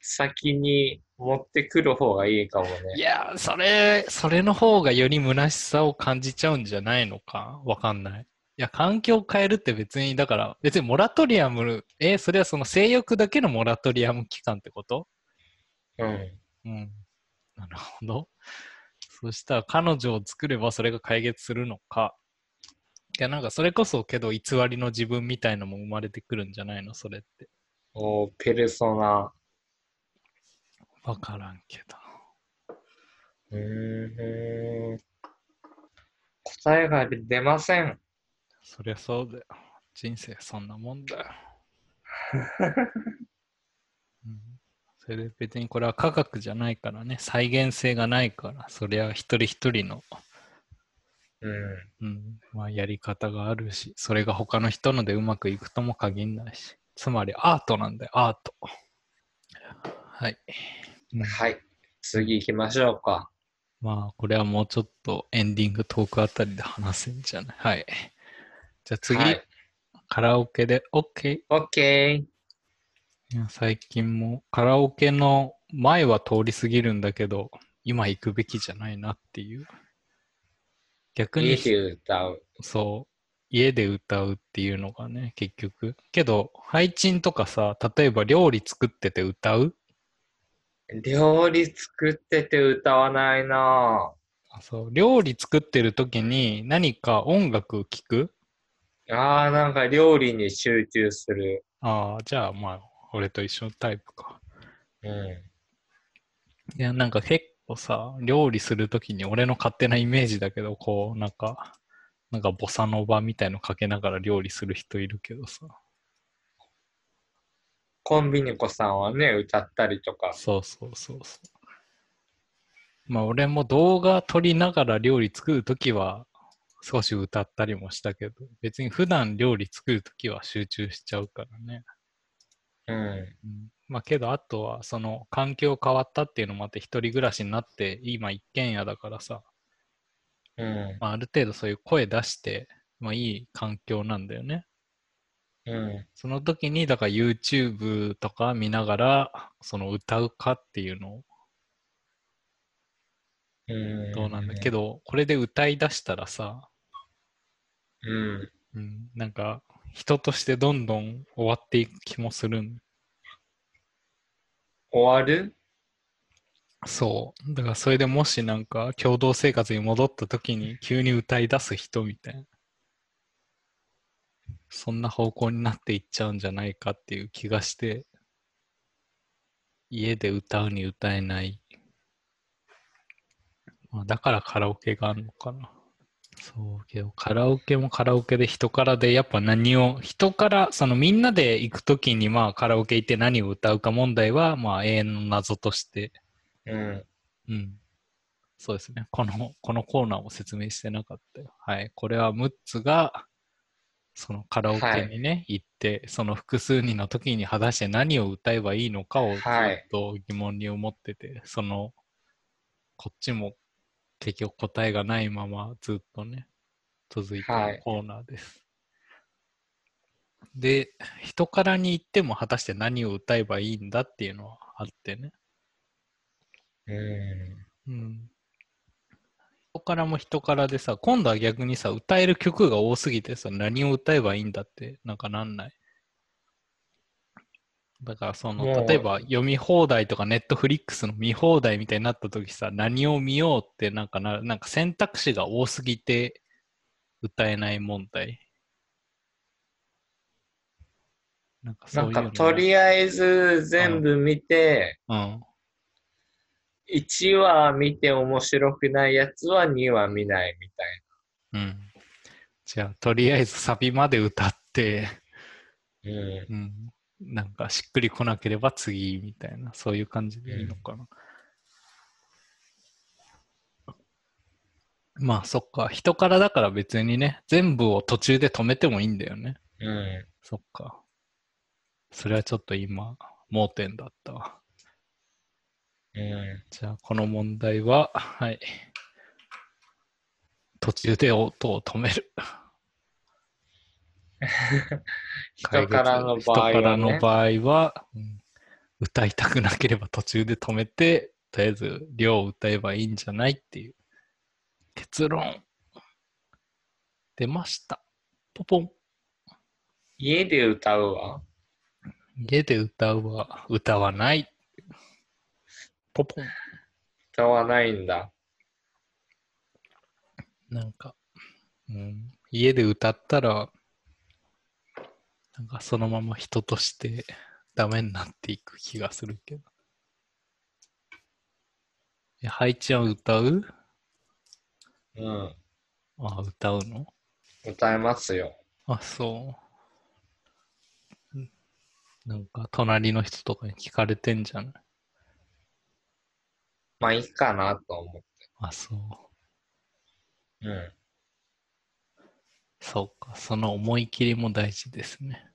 Speaker 2: 先に持ってくる方がいいかも
Speaker 1: い
Speaker 2: ね。
Speaker 1: やー、それ、それの方がより虚しさを感じちゃうんじゃないのかわかんない。いや、環境を変えるって別に、だから、別にモラトリアム、え、それはその性欲だけのモラトリアム期間ってこと
Speaker 2: うん。
Speaker 1: うん。なるほど。そしたら彼女を作ればそれが解決するのか。いや、なんかそれこそけど偽りの自分みたいのも生まれてくるんじゃないのそれって。
Speaker 2: おペルソナ。
Speaker 1: わからんけど。
Speaker 2: うーん。答えが出ません。
Speaker 1: そりゃそうだよ。人生そんなもんだよ。 うん、それで別にこれは科学じゃないからね、再現性がないから、そりゃ一人一人の、
Speaker 2: うん。
Speaker 1: うんまあ、やり方があるし、それが他の人のでうまくいくとも限らないし、つまりアートなんだよ、アート。はい。うん
Speaker 2: はい。次行きましょうか。
Speaker 1: まあ、これはもうちょっとエンディングトークあたりで話せんじゃない。はい。じゃあ次、
Speaker 2: はい
Speaker 1: カラオケで OK。
Speaker 2: OK。
Speaker 1: いや最近もカラオケの前は通り過ぎるんだけど、今行くべきじゃないなっていう。逆に
Speaker 2: 家で歌う。
Speaker 1: そう、家で歌うっていうのがね、結局。けど、配信とかさ、例えば料理作ってて歌う
Speaker 2: 料理作ってて歌わないな
Speaker 1: あそう料理作ってる時に何か音楽聴く
Speaker 2: ぁ。あーなんか料理に集中する。
Speaker 1: ああ、じゃあまあ、俺と一緒のタイプか。
Speaker 2: うん。
Speaker 1: いや、なんか結構さ、料理する時に俺の勝手なイメージだけど、こう、なんか、なんかボサノバみたいのかけながら料理する人いるけどさ。
Speaker 2: コンビニ子さんはね、歌ったりとか。
Speaker 1: そうそうそうそう。まあ俺も動画撮りながら料理作るときは少し歌ったりもしたけど、別に普段料理作るときは集中しちゃうからね。
Speaker 2: うん。
Speaker 1: うん、まあけどあとはその環境変わったっていうのもあって一人暮らしになって今一軒家だからさ、
Speaker 2: う
Speaker 1: まあ、ある程度そういう声出して、まあいい環境なんだよね。
Speaker 2: ん。う
Speaker 1: その時にだから YouTube とか見ながらその歌うかっていうのを
Speaker 2: ん。うん。
Speaker 1: どうなんだけど、これで歌い出したらさ、
Speaker 2: うん。
Speaker 1: うん、なんか人としてどんどん終わっていく気もするん
Speaker 2: 終わる
Speaker 1: そうだからそれでもしなんか共同生活に戻った時に急に歌い出す人みたいなそんな方向になっていっちゃうんじゃないかっていう気がして家で歌うに歌えない、まあ、だからカラオケがあるのかなそうけどカラオケもカラオケで人からでやっぱ何を人からそのみんなで行く時にまあカラオケ行って何を歌うか問題はまあ永遠の謎として
Speaker 2: うん。
Speaker 1: うん。そうですね。この、このコーナーも説明してなかったよ。はい。これはムッツが、そのカラオケにね、行って、その複数人の時に果たして何を歌えばいいのかをず
Speaker 2: はい
Speaker 1: っと疑問に思ってて、その、こっちも結局答えがないままずっとね、続いて
Speaker 2: はい
Speaker 1: るコーナーです。で、人からに行っても果たして何を歌えばいいんだっていうのはあってね。
Speaker 2: う
Speaker 1: うん。人からも人からでさ、今度は逆にさ、歌える曲が多すぎてさ、何を歌えばいいんだって、なんかなんない。だからそ
Speaker 2: も
Speaker 1: の、
Speaker 2: う
Speaker 1: 例えば読み放題とかネットフリックスの見放題みたいになった時さ、何を見ようってなんかな、なんか選択肢が多すぎて歌えない問題。なんか
Speaker 2: ん。な
Speaker 1: そうい
Speaker 2: ん
Speaker 1: うの
Speaker 2: かとりあえず全部見て、
Speaker 1: うん。
Speaker 2: 1話見て面白くないやつは2話見ないみたい
Speaker 1: うん。じゃあ、とりあえずサビまで歌って、
Speaker 2: な。うん。
Speaker 1: うん、なんかしっくりこなければ次みたいな、そういう感じでいいのかな。まあそっか、人からだから別にね、全部を途中で止めてもいいんだよね。
Speaker 2: う
Speaker 1: そっか。それはちょっと今、盲点だったわ。
Speaker 2: ん。う
Speaker 1: じゃあこの問題は、はい。途中で音を止める。
Speaker 2: 人からの場合はね
Speaker 1: 人からの場合は、うん歌いたくなければ途中で止めて、とりあえず量を歌えばいいんじゃないっていう結論。出ました。ポポン。
Speaker 2: 家で歌うわ。
Speaker 1: 家で歌うは歌わない。ポポン。
Speaker 2: 歌わないんだ。
Speaker 1: なんか、うん、家で歌ったら、なんかそのまま人としてダメになっていく気がするけど。え、ハイちゃん歌う
Speaker 2: うん。
Speaker 1: あ、歌うの
Speaker 2: 歌えますよ。
Speaker 1: あ、そう。うんなんか、隣の人とかに聞かれてんじゃない
Speaker 2: まあいいかなと思
Speaker 1: あ、そう。
Speaker 2: う。うん。
Speaker 1: そうか。その思い切りも大事ですね。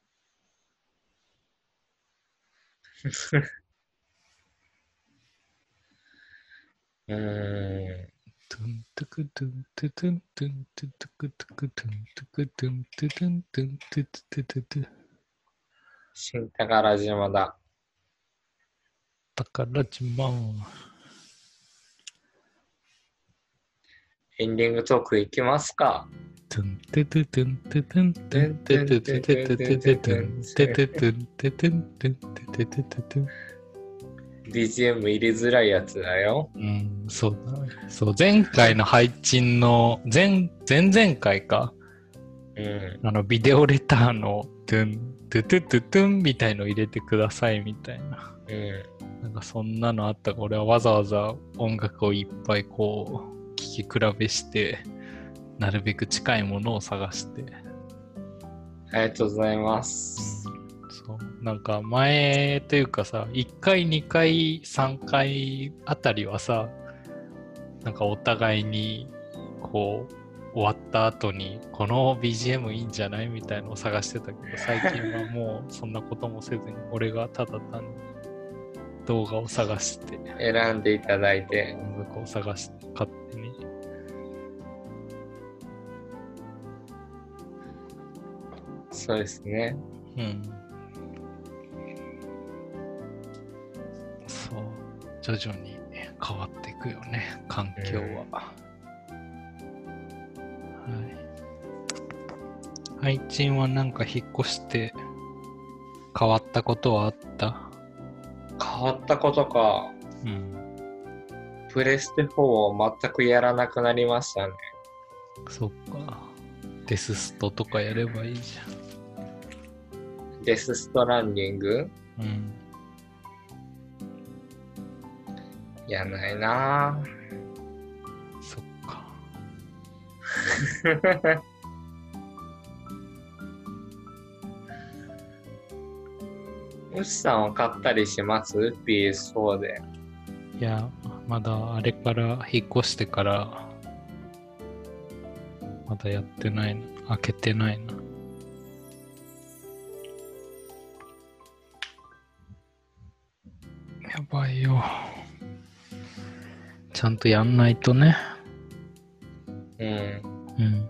Speaker 2: うーん。
Speaker 1: トゥントゥクトゥントゥトゥントゥントゥトゥクトゥクトゥントゥクトゥントゥトゥントゥントゥトゥトゥトゥ
Speaker 2: 新宝島だ。
Speaker 1: 宝島
Speaker 2: エンディングトークいきますか。
Speaker 1: トゥントゥトゥトゥントゥトゥントゥントゥトゥトゥトゥトゥトゥトゥントゥトゥトゥントゥトゥントゥントゥトゥトゥトゥン
Speaker 2: BGM 入れづらいやつだよ。
Speaker 1: うん、そうだね。そう、前回の配信の、前、前々回か、
Speaker 2: うん。
Speaker 1: あの、ビデオレターの、トゥン、トゥトゥトゥトゥンみたいの入れてくださいみたいな。
Speaker 2: う
Speaker 1: なんかそんなのあったから、俺はわざわざ音楽をいっぱいこう、聴き比べして、なるべく近いものを探して。
Speaker 2: ん。ありがとうございます。
Speaker 1: そうなんか前というかさ1回2回3回あたりはさなんかお互いにこう終わった後にこの BGM いいんじゃないみたいのを探してたけど最近はもうそんなこともせずに俺がただ単に動画を探して
Speaker 2: 選んでいただいて。
Speaker 1: 音楽を探して勝手に
Speaker 2: そうですね。
Speaker 1: うんそう徐々に変わっていくよね環境は、はい配信はなんか引っ越して変わったことはあった
Speaker 2: 変わったことか。
Speaker 1: うん
Speaker 2: プレステ4を全くやらなくなりましたね。
Speaker 1: そっかデスストとかやればいいじ
Speaker 2: デスストランディング
Speaker 1: ゃんうん
Speaker 2: やんないなぁ。
Speaker 1: そっか
Speaker 2: ウシさんは買ったりします ?PS4 で。
Speaker 1: いや、まだあれから引っ越してから、まだやってないな。開けてないな。やばいよ。ちゃんとやんないとね。
Speaker 2: うん。
Speaker 1: うん。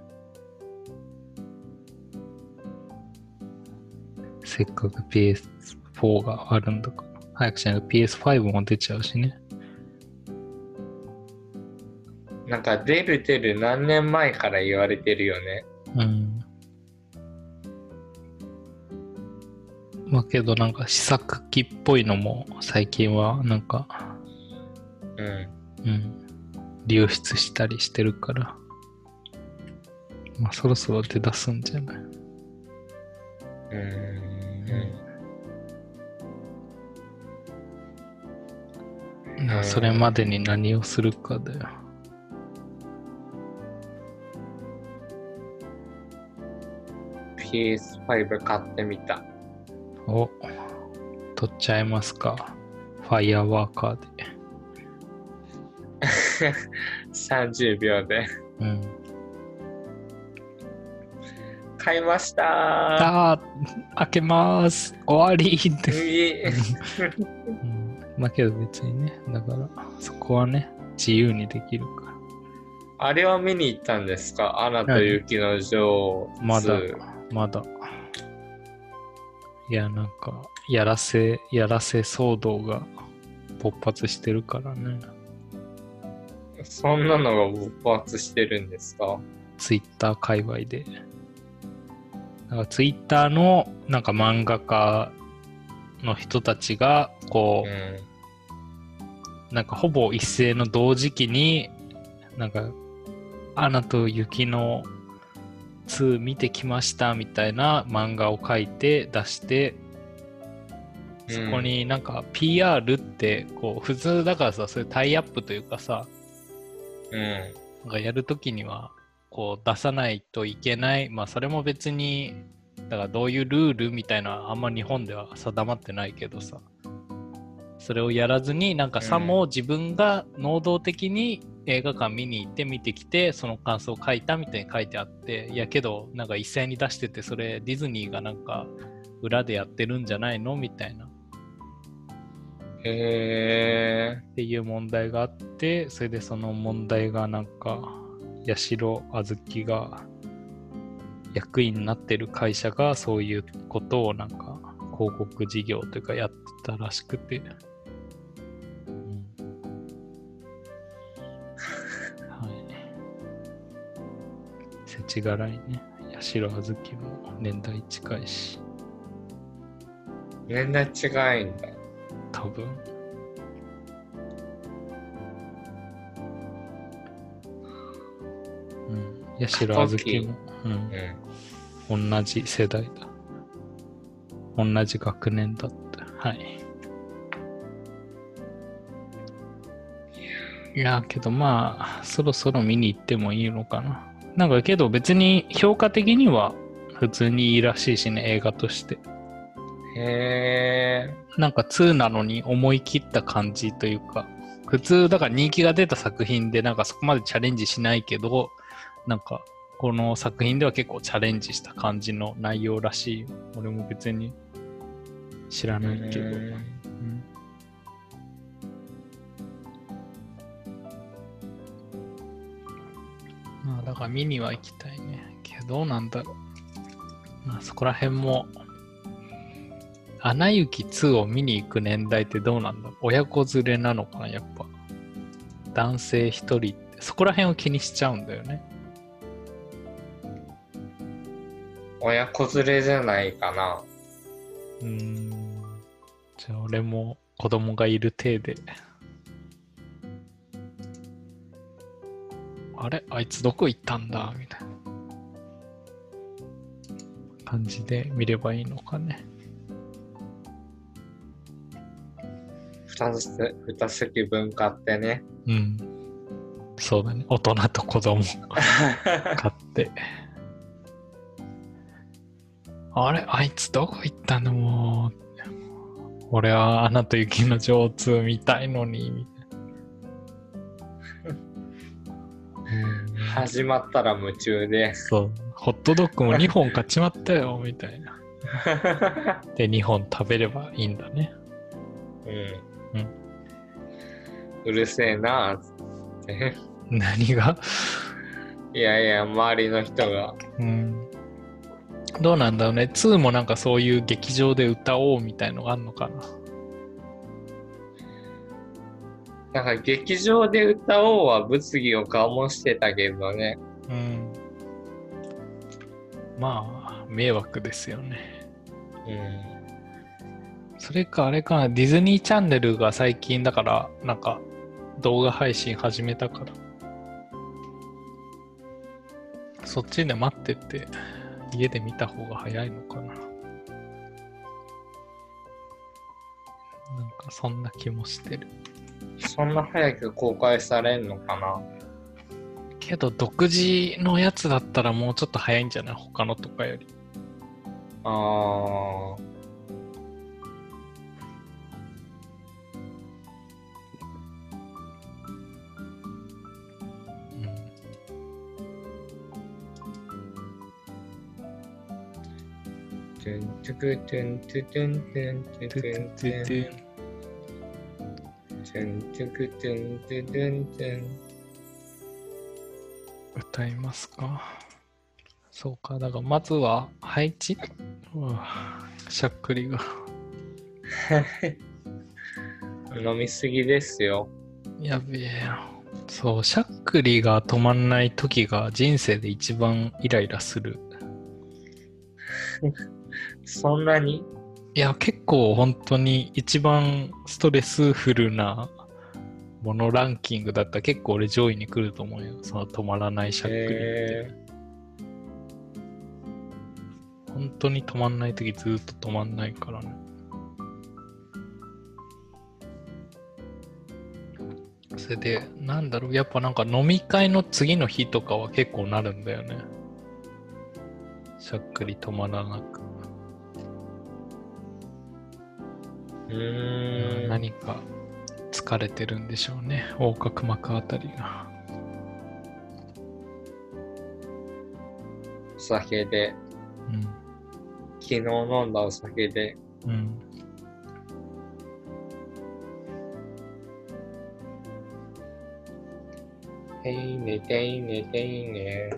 Speaker 1: せっかく PS4 があるんだから。早くしないと PS5 も出ちゃうしね。
Speaker 2: なんか出る出る何年前から言われてるよね。
Speaker 1: うん。まあけどなんか試作機っぽいのも最近はなんか、
Speaker 2: うん。
Speaker 1: うん、流出したりしてるから、まあそろそろ出だすんじゃない
Speaker 2: うん。
Speaker 1: まあそれまでに何をするかだよ。
Speaker 2: PS5 買ってみた。
Speaker 1: お、取っちゃいますか。ファイヤーワーカーで。
Speaker 2: 30秒で。
Speaker 1: うん。
Speaker 2: 買いました
Speaker 1: あー、開けまーす。終わりっ
Speaker 2: ー
Speaker 1: て。
Speaker 2: いえ
Speaker 1: うん、まあけど別にね、だからそこはね、自由にできるから。
Speaker 2: あれは見に行ったんですかアナと雪の女王2。
Speaker 1: まだ、まだ。いや、なんか、やらせ、やらせ騒動が勃発してるからね。
Speaker 2: そんなのが勃発してるんですか
Speaker 1: ツイッター界隈で。だからツイッターの、なんか漫画家の人たちが、こ
Speaker 2: う
Speaker 1: う、
Speaker 2: ん。
Speaker 1: なんかほぼ一斉の同時期に、なんか、アナと雪の2見てきましたみたいな漫画を書いて出して、そこになんか PR ってこう普通だからさ、そういうタイアップというかさ、
Speaker 2: うん。
Speaker 1: なんかやるときにはこう出さないといけない、まあそれも別に、だからどういうルールみたいなのはあんま日本では定まってないけどさ、それをやらずに、なんかさ
Speaker 2: うん
Speaker 1: も自分が能動的に映画館見に行って見てきて、その感想を書いたみたいに書いてあって、いやけど、なんか一斉に出してて、それディズニーがなんか裏でやってるんじゃないのみたいな。
Speaker 2: へえ。
Speaker 1: っていう問題があってそれでその問題がなんか八代あずきが役員になってる会社がそういうことをなんか広告事業というかやってたらしくて、うんはい、世知辛いね八代あずきも年代近いし
Speaker 2: 年代違いんだ。
Speaker 1: 多分うん八代あずきも、うん、
Speaker 2: う
Speaker 1: 同じ世代だ。同じ学年だった。はい。いやーけどまあ、そろそろ見に行ってもいいのかな。なんかけど別に評価的には普通にいいらしいしね、映画として。
Speaker 2: ん。へえ。
Speaker 1: なんか2なのに思い切った感じというか、普通だから人気が出た作品でなんかそこまでチャレンジしないけど、なんかこの作品では結構チャレンジした感じの内容らしいよ。俺も別に知らないけど。
Speaker 2: うん
Speaker 1: うんまあだから見には行きたいね。けどどうなんだろう。まあそこら辺も、アナ雪2を見に行く年代ってどうなんだろう。親子連れなのかな、やっぱ。男性一人って、そこら辺を気にしちゃうんだよね。
Speaker 2: 親子連れじゃないかな。
Speaker 1: うーん。じゃあ俺も子供がいる体で。あれあいつどこ行ったんだみたいな感じで見ればいいのかね。
Speaker 2: 二つ、二席分買ってね。
Speaker 1: うん。そうだね。大人と子供買って。あれあいつどこ行ったのもう。俺はアナと雪の上通見たいのに。みたいなうん
Speaker 2: 始まったら夢中で。
Speaker 1: そう。ホットドッグも2本買っちまったよ、みたいな。で、2本食べればいいんだね。
Speaker 2: う
Speaker 1: う
Speaker 2: ん。
Speaker 1: ん
Speaker 2: うるせえなつって。
Speaker 1: 何が
Speaker 2: いやいや、周りの人が。
Speaker 1: うん。どうなんだろうね。2もなんかそういう劇場で歌おうみたいのがあるのかな。
Speaker 2: なんか劇場で歌おうは物議を顔もしてたけどね。
Speaker 1: うん。まあ、迷惑ですよね。
Speaker 2: うん。
Speaker 1: それか、あれかな、ディズニーチャンネルが最近だから、なんか動画配信始めたから。そっちで待ってて、家で見た方が早いのかな。なんかそんな気もしてる。
Speaker 2: そんな早く公開されんのかな
Speaker 1: けど、独自のやつだったらもうちょっと早いんじゃない他のとかより。
Speaker 2: あー
Speaker 1: うん
Speaker 2: トゥントゥクトゥントゥトゥントゥントゥトゥントゥントゥントゥントゥクトゥントゥトゥントゥン
Speaker 1: 歌いますかそうかだからまずは配置うわしゃっくりが
Speaker 2: 飲みすぎですよ。
Speaker 1: やべえよそうしゃっくりが止まんない時が人生で一番イライラする
Speaker 2: そんなに
Speaker 1: いや結構本当に一番ストレスフルなものランキングだったら結構俺上位に来ると思うよその止まらないしゃっくりって、
Speaker 2: へ
Speaker 1: 本当に止まんない時ずーっと止まんないからねそれでなんだろうやっぱなんか飲み会の次の日とかは結構なるんだよねしゃっくり止まらなく、
Speaker 2: うーん。
Speaker 1: 何か疲れてるんでしょうね横隔膜あたりが
Speaker 2: お酒で、
Speaker 1: う
Speaker 2: 昨日飲んだお酒で、
Speaker 1: んうん
Speaker 2: ていねていねていね。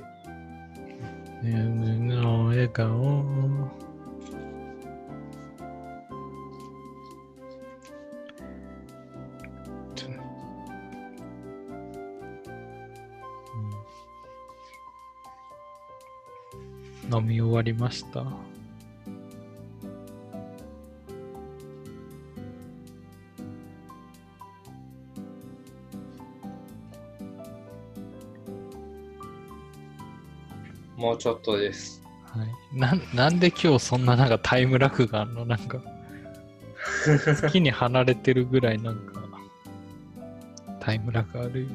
Speaker 1: の笑顔。飲み終わりました。
Speaker 2: もうちょっとです。
Speaker 1: はい、なんなんで今日そんななんかタイムラグがあんのなんか月に離れてるぐらいなんかタイムラグあるよ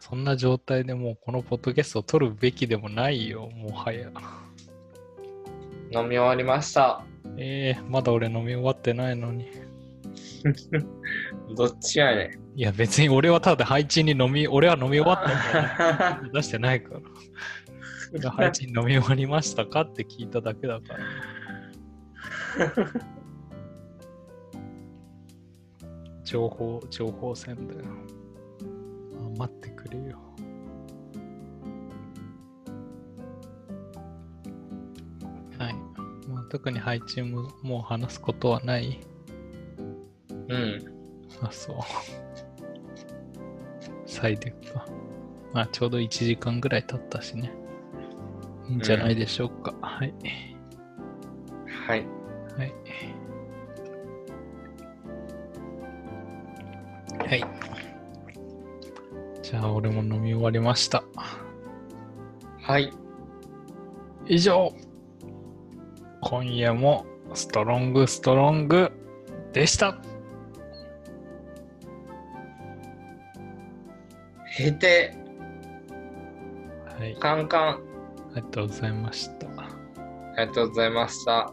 Speaker 1: そんな状態でもうこのポッドキャストを撮るべきでもないよもはや
Speaker 2: 飲み終わりました。
Speaker 1: えー、まだ俺飲み終わってないのに
Speaker 2: どっちやねん。
Speaker 1: いや別に俺はただ配置に飲み、俺は飲み終わったんだ よ出してないから。俺は配置に飲み終わりましたかって聞いただけだから。情報、情報戦だよ。あ待ってくれよ。はい。まあ、特に配置ももう話すことはない。
Speaker 2: うん。
Speaker 1: あ、そう。最適か。まあ、ちょうど1時間ぐらい経ったしね。いいんじゃないでしょうか。はい。
Speaker 2: はい。
Speaker 1: はい。はい。じゃあ、俺も飲み終わりました。
Speaker 2: はい。
Speaker 1: 以上。今夜もストロングストロングでした。
Speaker 2: へて、
Speaker 1: はい。
Speaker 2: カンカン。
Speaker 1: ありがとうございました。
Speaker 2: ありがとうございました。